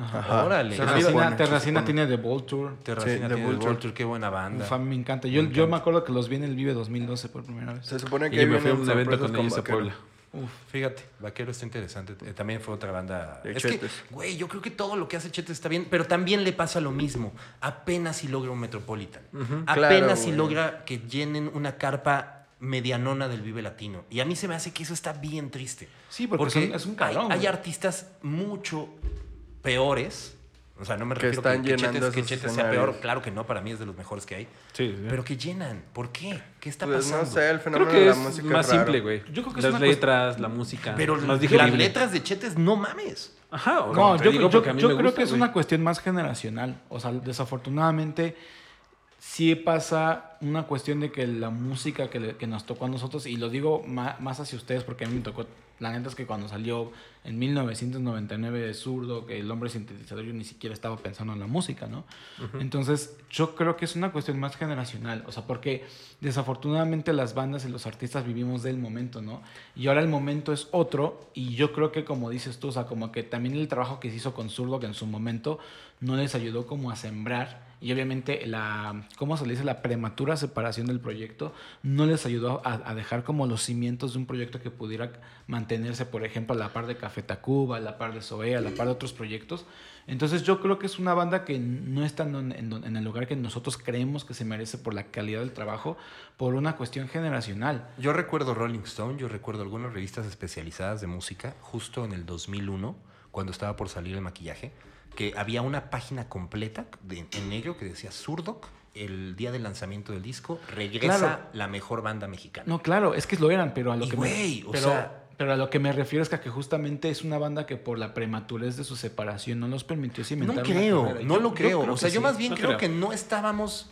S1: Órale.
S3: Se supone,
S2: Terracina,
S3: se
S2: Terracina
S3: supone.
S2: tiene The Vulture.
S1: Terracina
S3: Sí, The
S1: tiene The
S3: Vulture.
S1: Vulture. qué buena banda.
S2: Uf, a mí me encanta. Yo, yo me acuerdo que los vi en el Vive 2012 por primera vez.
S3: Se supone que
S4: Y yo
S3: ahí
S4: me fui a
S3: vienen
S4: un evento
S3: sorpresas
S4: con ellos a
S3: Vaquero.
S4: Puebla.
S1: Uf, fíjate, Vaquero está interesante. Eh, También fue otra banda.
S3: De
S1: es que,
S3: Chetes.
S1: güey, yo creo que todo lo que hace Chetes está bien, pero también le pasa lo mismo. Apenas si logra un Metropolitan. Apenas
S3: Claro,
S1: si
S3: güey.
S1: logra que llenen una carpa medianona del Vive Latino. Y a mí se me hace que eso está bien triste.
S2: Sí, porque es un- es un cabrón,
S1: hay, hay
S2: güey.
S1: artistas mucho peores O sea, no me
S3: Que
S1: refiero
S3: están
S1: que, que
S3: llenando
S1: Chetes, que
S3: esos
S1: Chetes sea
S3: escenarios.
S1: peor. Claro que no, para mí es de los mejores que hay.
S4: Sí, sí.
S1: Pero que llenan. ¿Por qué? ¿Qué está
S3: Pues
S1: pasando?
S3: no sé, el
S4: Creo
S3: fenómeno de
S4: que
S3: la
S4: es
S3: música
S4: más
S3: es raro.
S4: simple, güey.
S2: Yo creo que es
S4: Las
S2: una
S4: letras, la música.
S1: Pero
S4: más
S1: las
S4: digerible.
S1: letras de Chetes, no mames.
S4: Ajá, o como
S2: No,
S4: te
S2: yo,
S4: digo,
S2: yo-
S4: porque a mí
S2: yo
S4: me
S2: creo
S4: gusta,
S2: que es
S4: güey.
S2: una cuestión más generacional. O sea, desafortunadamente sí pasa una cuestión de que la música que, le- que nos tocó a nosotros, y lo digo ma- más hacia ustedes porque a mí me tocó, la neta es que cuando salió en 1999 Zurdo, que el hombre sintetizador yo ni siquiera estaba pensando en la música, ¿no? Entonces yo creo que es una cuestión más generacional, o sea, porque desafortunadamente las bandas y los artistas vivimos del momento, ¿no? Y ahora el momento es otro y yo creo que como dices tú, o sea, como que también el trabajo que se hizo con Zurdo, que en su momento no les ayudó como a sembrar y obviamente la, ¿cómo se le dice? La prematura separación del proyecto no les ayudó a, a dejar como los cimientos de un proyecto que pudiera mantenerse, por ejemplo, a la par de Café Tacuba, a la par de Zoé, a la par de otros proyectos. Entonces yo creo que es una banda que no está en, don- en don- en el lugar que nosotros creemos que se merece por la calidad del trabajo, por una cuestión generacional.
S1: Yo recuerdo Rolling Stone, yo recuerdo algunas revistas especializadas de música, justo en el 2001, cuando estaba por salir el maquillaje, que había una página completa de- en negro que decía Zurdok, el día del lanzamiento del disco, regresa
S2: Claro.
S1: la mejor banda mexicana.
S2: No, claro, es que lo eran, pero a lo
S1: Y,
S2: que
S1: güey,
S2: me,
S1: o
S2: pero,
S1: sea-
S2: pero a lo que me refiero es que, a que justamente es una banda que por la prematurez de su separación no los permitió
S1: No
S2: cimentar. una
S1: creo,
S2: carrera.
S1: no
S2: Yo-
S1: lo
S2: yo
S1: creo. O
S2: que
S1: sea, yo
S2: sí.
S1: más bien
S4: no
S1: creo,
S4: creo.
S1: que no estábamos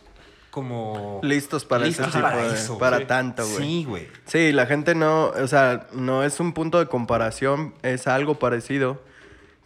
S1: como...
S3: Listos para
S1: listos
S3: ese tipo
S1: para
S3: de-
S1: eso,
S3: para
S1: güey.
S3: tanto, güey.
S1: Sí, güey.
S3: Sí, la gente no, o sea, no es un punto de comparación, es algo parecido.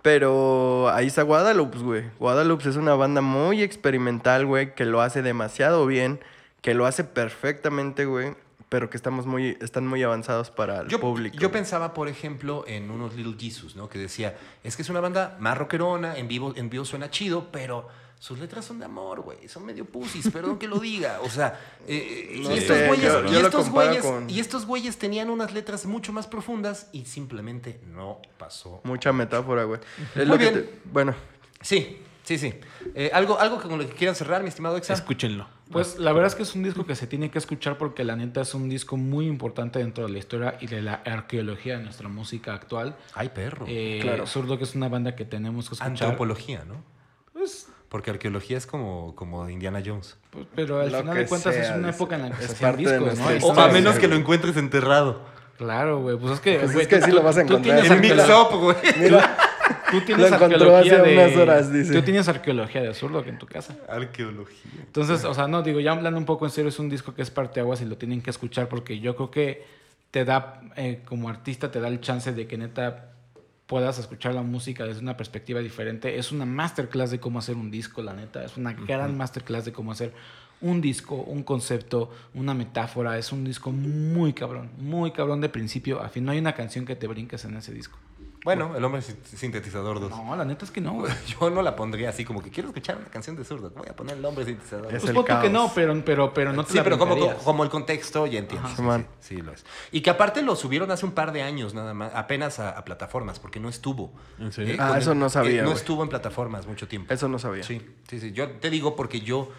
S3: Pero ahí está Guadalupe, güey. Guadalupe es una banda muy experimental, güey, que lo hace demasiado bien, que lo hace perfectamente, güey, pero que estamos muy, están muy avanzados para el
S1: Yo,
S3: público.
S1: yo
S3: güey.
S1: pensaba, por ejemplo, en unos Little Jesus, ¿no? Que decía, es que es una banda más rockerona, en vivo, en vivo suena chido, pero sus letras son de amor, güey. Son medio pusis, perdón que lo diga. O sea, eh, eh,
S3: No
S1: y,
S4: sé,
S1: estos güeyes,
S4: yo-
S1: y
S4: yo
S3: lo
S1: estos
S3: comparo
S1: güeyes-
S3: con-
S1: y estos güeyes tenían unas letras mucho más profundas y simplemente no pasó.
S3: Mucha metáfora, güey. Es
S1: Muy
S3: lo que
S1: bien.
S3: te- bueno,
S1: Sí, sí, sí. Eh, algo, algo con lo que quieran cerrar, mi estimado Exa.
S4: Escúchenlo.
S2: Pues la verdad es que es un disco que se tiene que escuchar porque la neta es un disco muy importante dentro de la historia y de la arqueología de nuestra música actual.
S1: Ay, perro.
S2: Eh,
S3: Mm, Claro.
S2: Zurdo, que es una banda que tenemos que escuchar.
S1: Antropología, ¿no?
S2: Pues,
S1: Porque arqueología es como, como de Indiana Jones.
S2: pues, pero al
S3: Lo
S2: final
S3: que
S2: de cuentas
S3: sea,
S2: es una
S3: dice.
S2: época en la que
S3: Es
S2: se hacían
S3: parte de
S2: discos,
S3: nuestra
S2: ¿no?
S3: historia.
S1: O
S2: Estaba-
S1: a
S3: sí,
S1: menos
S3: sí.
S1: que lo encuentres enterrado.
S2: Claro, güey. Pues es que.
S3: Pues es
S2: güey,
S3: que
S2: tú-
S3: sí lo vas a
S2: tú tienes
S1: En
S3: encontrar.
S2: arqueolo-
S1: mix-up, güey.
S3: mira,
S2: Tú tienes
S3: Lo encontró
S2: arqueología
S3: hace
S2: de-
S3: unas horas, dice.
S2: Tú tienes arqueología de zurdo que en tu casa.
S1: Arqueología.
S2: Entonces, o sea, no, digo, ya hablando un poco en serio, es un disco que es parteaguas y lo tienen que escuchar porque yo creo que te da, eh, como artista, te da el chance de que neta puedas escuchar la música desde una perspectiva diferente. Es una masterclass de cómo hacer un disco, la neta. Es una gran masterclass de cómo hacer un disco, un concepto, una metáfora. Es un disco muy cabrón, muy cabrón de principio a fin. No hay una canción que te brinques en ese disco.
S1: Bueno, el hombre sin- sintetizador
S3: Pues
S1: 2.
S2: No, la neta es que no, güey.
S1: Yo no la pondría así como que quiero escuchar una canción de zurdo. Voy a poner el hombre sintetizador.
S3: Es
S2: Pues
S3: el
S2: pon tú que
S3: caos.
S2: no, pero, pero, pero no te
S1: sí,
S2: la
S1: pero como, como,
S2: brincarías.
S1: como el contexto, ya entiendo. Sí,
S3: Simón.
S1: sí, sí, lo es. Y que aparte lo subieron hace un par de años nada más, apenas a, a plataformas, porque no estuvo. Eh,
S4: ¿En serio?
S3: Ah,
S1: con
S3: eso no sabía,
S1: no
S3: güey.
S1: estuvo en plataformas mucho tiempo.
S3: eso no sabía.
S1: Sí, sí, sí. Yo te digo porque yo,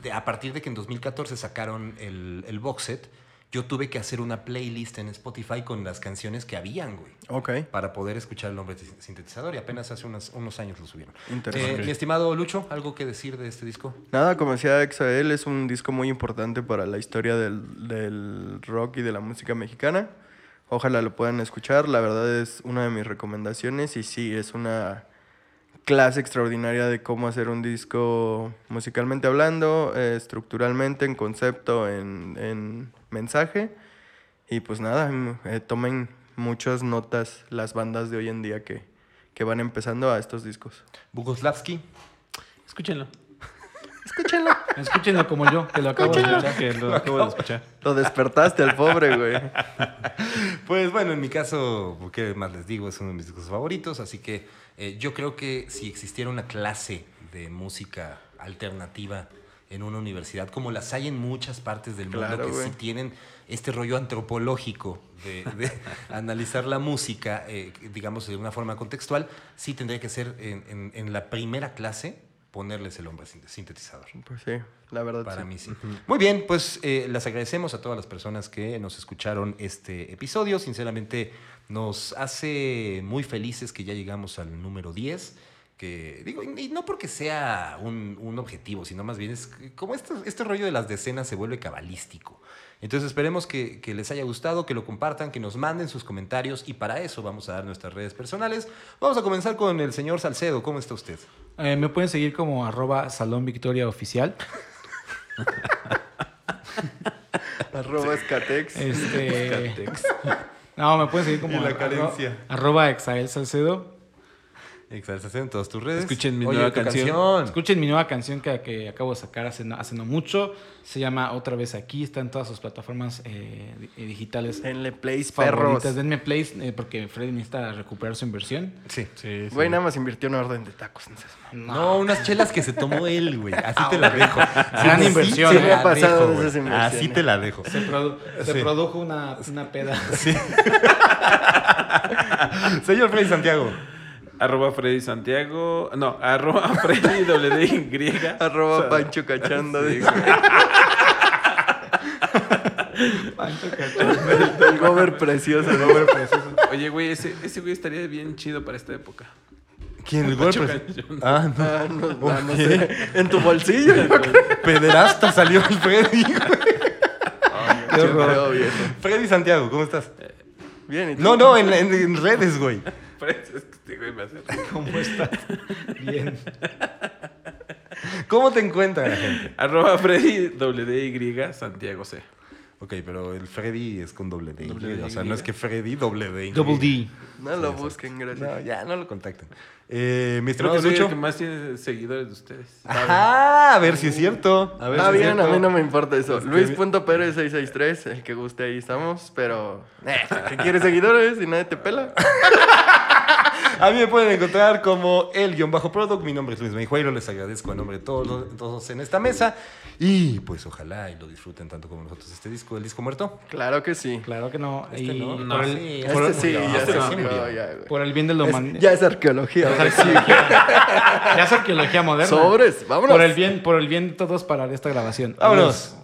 S1: de- a partir de que en 2014 sacaron el, el box set, yo tuve que hacer una playlist en Spotify con las canciones que habían, güey.
S3: Ok.
S1: Para poder escuchar el nombre de sintetizador y apenas hace unas- unos años lo subieron.
S3: Interesante.
S1: Eh, mi estimado Lucho, ¿algo que decir de este disco?
S3: Nada, como decía Exael, es un disco muy importante para la historia del, del rock y de la música mexicana. Ojalá lo puedan escuchar, la verdad es una de mis recomendaciones y sí, es una clase extraordinaria de cómo hacer un disco musicalmente hablando, eh, estructuralmente, en concepto, en, en mensaje. Y pues nada, mm, eh, tomen muchas notas las bandas de hoy en día que, que van empezando a estos discos.
S1: Bugoslavski.
S4: Escúchenlo.
S3: Escúchenlo.
S2: Escúchenlo como yo, que lo acabo de escuchar.
S4: Que lo acabo de escuchar.
S3: Lo despertaste al pobre, güey.
S1: Pues bueno, en mi caso, ¿qué más les digo? Es uno de mis discos favoritos, así que eh, yo creo que si existiera una clase de música alternativa en una universidad, como las hay en muchas partes del mundo,
S3: Claro,
S1: que
S3: güey.
S1: sí tienen este rollo antropológico de, de analizar la música, eh, digamos, de una forma contextual, sí tendría que ser en, en- en la primera clase ponerles el hombre sin- sintetizador.
S3: Pues sí, la verdad
S1: Para
S3: sí.
S1: mí sí. Muy bien, pues eh, las agradecemos a todas las personas que nos escucharon este episodio. Sinceramente, nos hace muy felices que ya llegamos al número 10. que digo, y y no porque sea un, un objetivo, sino más bien es como este, este rollo de las decenas se vuelve cabalístico. Entonces esperemos que, que les haya gustado, que lo compartan, que nos manden sus comentarios y para eso vamos a dar nuestras redes personales. Vamos a comenzar con el señor Salcedo. ¿Cómo está usted?
S2: Eh, me pueden seguir como arroba Salón Victoria Oficial.
S3: Arroba Escatex.
S2: Este, no, me pueden seguir como
S3: Y la
S2: arro-
S3: carencia.
S2: arroba Exael Salcedo.
S1: Exaltación en todas tus redes.
S4: Escuchen mi
S1: Oye,
S4: nueva
S1: tu
S4: canción.
S2: Escuchen mi nueva canción que, que acabo de sacar hace no, hace no mucho. Se llama Otra vez aquí. Está en todas sus plataformas eh, di- eh, digitales.
S3: Denle plays, perros.
S2: favoritas. Denme plays eh, porque Freddy necesita recuperar su inversión.
S1: Sí.
S4: Sí, sí.
S3: Güey, nada más invirtió una orden de tacos. no seas mamón.
S1: No, unas chelas que se tomó él, güey. Así te la dejo.
S2: Gran inversión,
S1: sí
S2: eh.
S1: me ha
S3: Pasado
S1: pasado
S3: de esas inversiones.
S1: Así te la dejo.
S2: Se, produ- se
S1: Sí.
S2: produjo una, una peda.
S1: Señor Freddy Santiago.
S4: Arroba Freddy Santiago. No, arroba Freddy WDY.
S3: Arroba Pancho Cachando.
S4: Sí,
S3: dice. El el gober precioso. El gober precioso.
S4: Oye, güey, ese, ese güey estaría bien chido para esta época.
S1: ¿Quién? ¿El
S4: Pancho
S1: golpe?
S4: Canchón.
S1: Ah, no.
S3: Ah, no, ah, no sé. En tu bolsillo. yo creo.
S1: Pederasta salió el Freddy.
S3: Yo creo, viejo.
S1: Freddy Santiago, ¿cómo estás?
S3: Bien, ¿y tú?
S1: No, no, eh. en, en- en redes, güey.
S4: Fred, es que este güey me hace-
S2: ¿Cómo estás? Bien.
S1: ¿Cómo te encuentran la gente?
S4: Arroba Freddy WDY Santiago C.
S1: Ok, pero el Freddy es con doble D.
S4: Doble D,
S1: o sea, no es que Freddy, doble D.
S2: Double D.
S3: No lo busquen, gracias.
S1: No, ya, no lo contacten. Eh, mi estimado
S4: Creo que soy el
S1: Lucho.
S4: que más tiene seguidores de ustedes.
S1: Ajá, a ver si es cierto. A ver
S3: Está
S1: si es
S3: bien, a
S1: cierto.
S3: mí no me importa eso.
S1: Este-
S3: Luis.Pérez663, el que guste ahí estamos, pero... eh, ¿Qué quieres seguidores y nadie te pela?
S1: A mí me pueden encontrar como el guión bajo product. Mi nombre es Luis Meijuelo. Les agradezco a nombre de todos, los- todos en esta mesa. Y pues ojalá y lo disfruten tanto como nosotros este disco, el disco muerto.
S3: Claro que sí.
S2: Claro que no.
S1: Este
S2: y
S1: no.
S2: por,
S4: No,
S2: el,
S1: sí,
S3: Este
S1: por-
S3: sí,
S1: no,
S3: ya
S1: este
S3: se
S1: sí.
S3: marcó, ya, güey.
S2: por el bien de la
S3: Es-
S2: humanidad.
S3: ya es arqueología. güey.
S2: Ya es arqueología moderna.
S3: Sobres, vámonos.
S2: Por el bien, por el bien de todos para esta grabación.
S1: Vámonos.